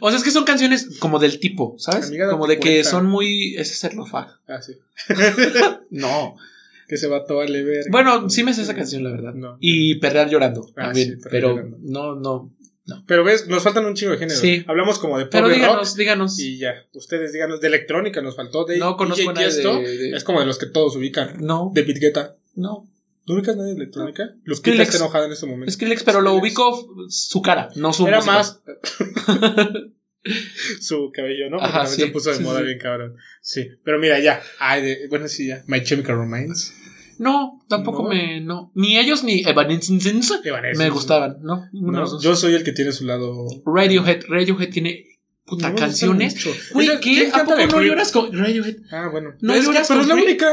S2: O sea, es que son canciones como del tipo, ¿sabes?
S1: Amiga, date
S2: como de que
S1: cuenta.
S2: son muy. Ese serlo faja.
S1: Así.
S2: No.
S1: Ah, Que se va todo a lever.
S2: Bueno, sí me sé esa canción, la verdad.
S1: No.
S2: Y Perrear llorando
S1: Ah,
S2: también.
S1: sí, Perrear
S2: pero
S1: Llorando.
S2: no, no.
S1: Pero ves, nos faltan un chingo de géneros.
S2: Sí.
S1: Hablamos como de
S2: Pero
S1: pop y rock.
S2: díganos, díganos.
S1: Y ya, ustedes díganos, de electrónica nos faltó. De
S2: No conozco
S1: DJ
S2: a nadie
S1: Tiesto,
S2: de- de-
S1: Es como de los que todos ubican.
S2: No,
S1: De Guetta.
S2: no.
S1: ¿No ubicas nadie de electrónica? Los que
S2: Skrillex.
S1: está enojada en este momento.
S2: Skrillex, pero lo
S1: Skrillex.
S2: ubico su cara, no su
S1: Era
S2: música.
S1: más su cabello, ¿no? Porque
S2: Ajá,
S1: también
S2: sí,
S1: se puso de
S2: sí,
S1: moda
S2: sí.
S1: bien cabrón. Sí, pero mira, ya. Ay, de- bueno, sí, ya. My Chemical Romance.
S2: No, tampoco
S1: No.
S2: me. No. Ni ellos ni Evanescence
S1: Evanescence.
S2: me gustaban, ¿no? ninguno de
S1: No,
S2: los dos.
S1: yo soy el que tiene su lado.
S2: Radiohead, Radiohead tiene
S1: No
S2: puta
S1: me gusta
S2: canciones.
S1: mucho.
S2: Güey,
S1: Mira,
S2: ¿qué?
S1: ¿quién
S2: ¿A
S1: canta
S2: poco
S1: de
S2: no
S1: Creep?
S2: lloras con Radiohead?
S1: Ah, bueno.
S2: ¿No
S1: es que,
S2: lloras
S1: pero
S2: con
S1: es la
S2: Creep?
S1: única.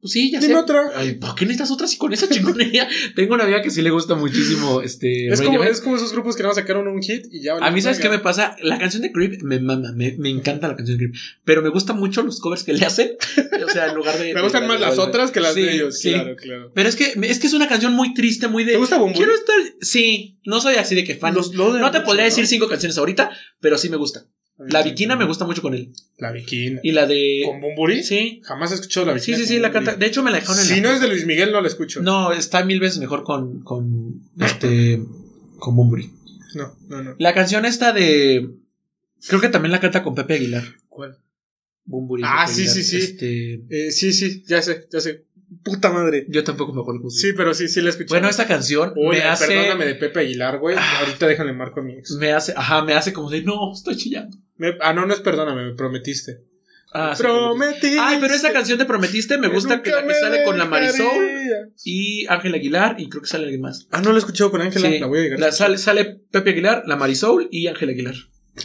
S2: Pues sí, ya
S1: Dime
S2: sé.
S1: otra.
S2: Ay, ¿para qué necesitas otras con esa chingonería? Tengo una amiga que sí le gusta muchísimo este
S1: Es como,
S2: Radiohead.
S1: es como esos grupos que no sacaron un hit y ya.
S2: A mí, ¿sabes qué me
S1: valieron
S2: pasa? La canción de Creep me mama, me, me encanta la canción de Creep, pero me gustan mucho los covers que le hacen. O sea, en lugar de.
S1: verga. Me gustan
S2: de-
S1: más las
S2: de-
S1: otras que las
S2: Sí,
S1: de ellos.
S2: sí.
S1: Claro, claro.
S2: Pero es que, es que es una canción muy triste, muy
S1: ¿Te
S2: de.
S1: gusta Bumburi?
S2: Quiero estar. Sí, no soy así de que fan.
S1: Los- lo de
S2: no te
S1: mucho,
S2: podría
S1: ¿no?
S2: decir cinco canciones ahorita, pero sí me gusta. La Vikina me gusta mucho con él.
S1: La Vikina.
S2: Y la de.
S1: ¿Con Bumburi?
S2: Sí.
S1: Jamás he escuchado la
S2: Sí,
S1: Vikina.
S2: sí,
S1: con
S2: sí, la
S1: Bunbury.
S2: canta. De hecho, me la dejaron en
S1: Si
S2: la.
S1: no es de Luis Miguel, no la escucho.
S2: No, está mil veces mejor con. con. Este. con Bumburi.
S1: no, no. no.
S2: La canción esta de. Creo que también la canta con Pepe Aguilar.
S1: ¿Cuál?
S2: Bumburi.
S1: Ah,
S2: Pepe
S1: sí, sí,
S2: Aguilar,
S1: sí.
S2: Este.
S1: Eh, sí, sí, ya sé, ya sé. Puta madre.
S2: Yo tampoco me acuerdo cómo se
S1: Sí, pero sí, sí la escuché.
S2: llama. Bueno, esta canción
S1: Oye,
S2: me hace.
S1: eh,
S2: Ah.
S1: perdóname de Pepe Aguilar, güey. Ahorita déjame marco a mi ex.
S2: Me hace. Ajá, me hace como de. No, estoy chillando.
S1: Me- ah, no, no es perdóname, me prometiste.
S2: Ah, sí,
S1: Prometí.
S2: Ay, pero esa canción de Prometiste me gusta que, la que sale con la Marisol y Ángel Aguilar y creo que sale alguien más.
S1: Ah, no la he escuchado con Ángela.
S2: Sí,
S1: La voy a llegar.
S2: la- sale, sale Pepe Aguilar, la Marisol y Ángel Aguilar.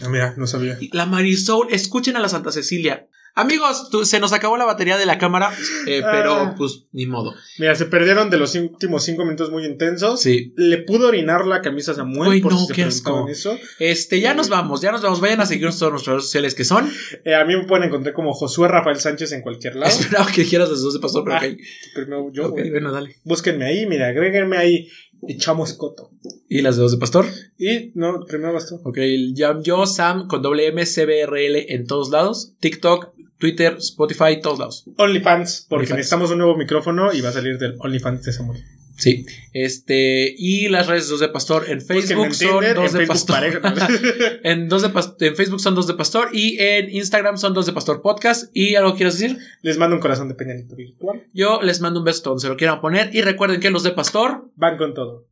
S1: Ah, mira, no sabía.
S2: La Marisol, escuchen a la Santa Cecilia. Amigos, tú- se nos acabó la batería de la cámara, eh, pero
S1: Ah.
S2: pues ni modo.
S1: Mira, se perdieron de los últimos cinco minutos muy intensos.
S2: Sí.
S1: Le pudo orinar la camisa a Samuel
S2: Güey,
S1: por
S2: no,
S1: si se
S2: qué asco.
S1: preguntaban eso.
S2: Este, ya nos vamos, ya nos vamos. Vayan a seguirnos en todas nuestras redes sociales que son.
S1: Eh, a mí me pueden encontrar como Josué Rafael Sánchez en cualquier lado.
S2: Esperaba que dijeras las dos de paso, pero
S1: Ah,
S2: ok.
S1: Primero yo,
S2: Ok,
S1: güey.
S2: bueno, dale.
S1: Búsquenme ahí, mira, agréguenme ahí. Echamos coto.
S2: ¿Y las de dos de pastor?
S1: Y no, primero vas tú.
S2: Ok, ya- yo, Sam, con doble M, CBRL en todos lados. TikTok, Twitter, Spotify, todos lados.
S1: OnlyFans, porque
S2: OnlyFans.
S1: necesitamos un nuevo micrófono y va a salir del OnlyFans de Samuel.
S2: Sí. Este, y las redes de dos de pastor en
S1: Búsquenme
S2: Facebook
S1: Pues en
S2: son
S1: Tinder,
S2: dos
S1: en
S2: de
S1: Facebook
S2: pastor.
S1: pareja.
S2: En, dos de Pas- en Facebook son dos de pastor y en Instagram son dos de pastor podcast. ¿Y algo quieres decir?
S1: Les mando un corazón de peñanito virtual.
S2: Yo les mando un beso donde se lo quieran poner y recuerden que los de pastor
S1: Van con todo.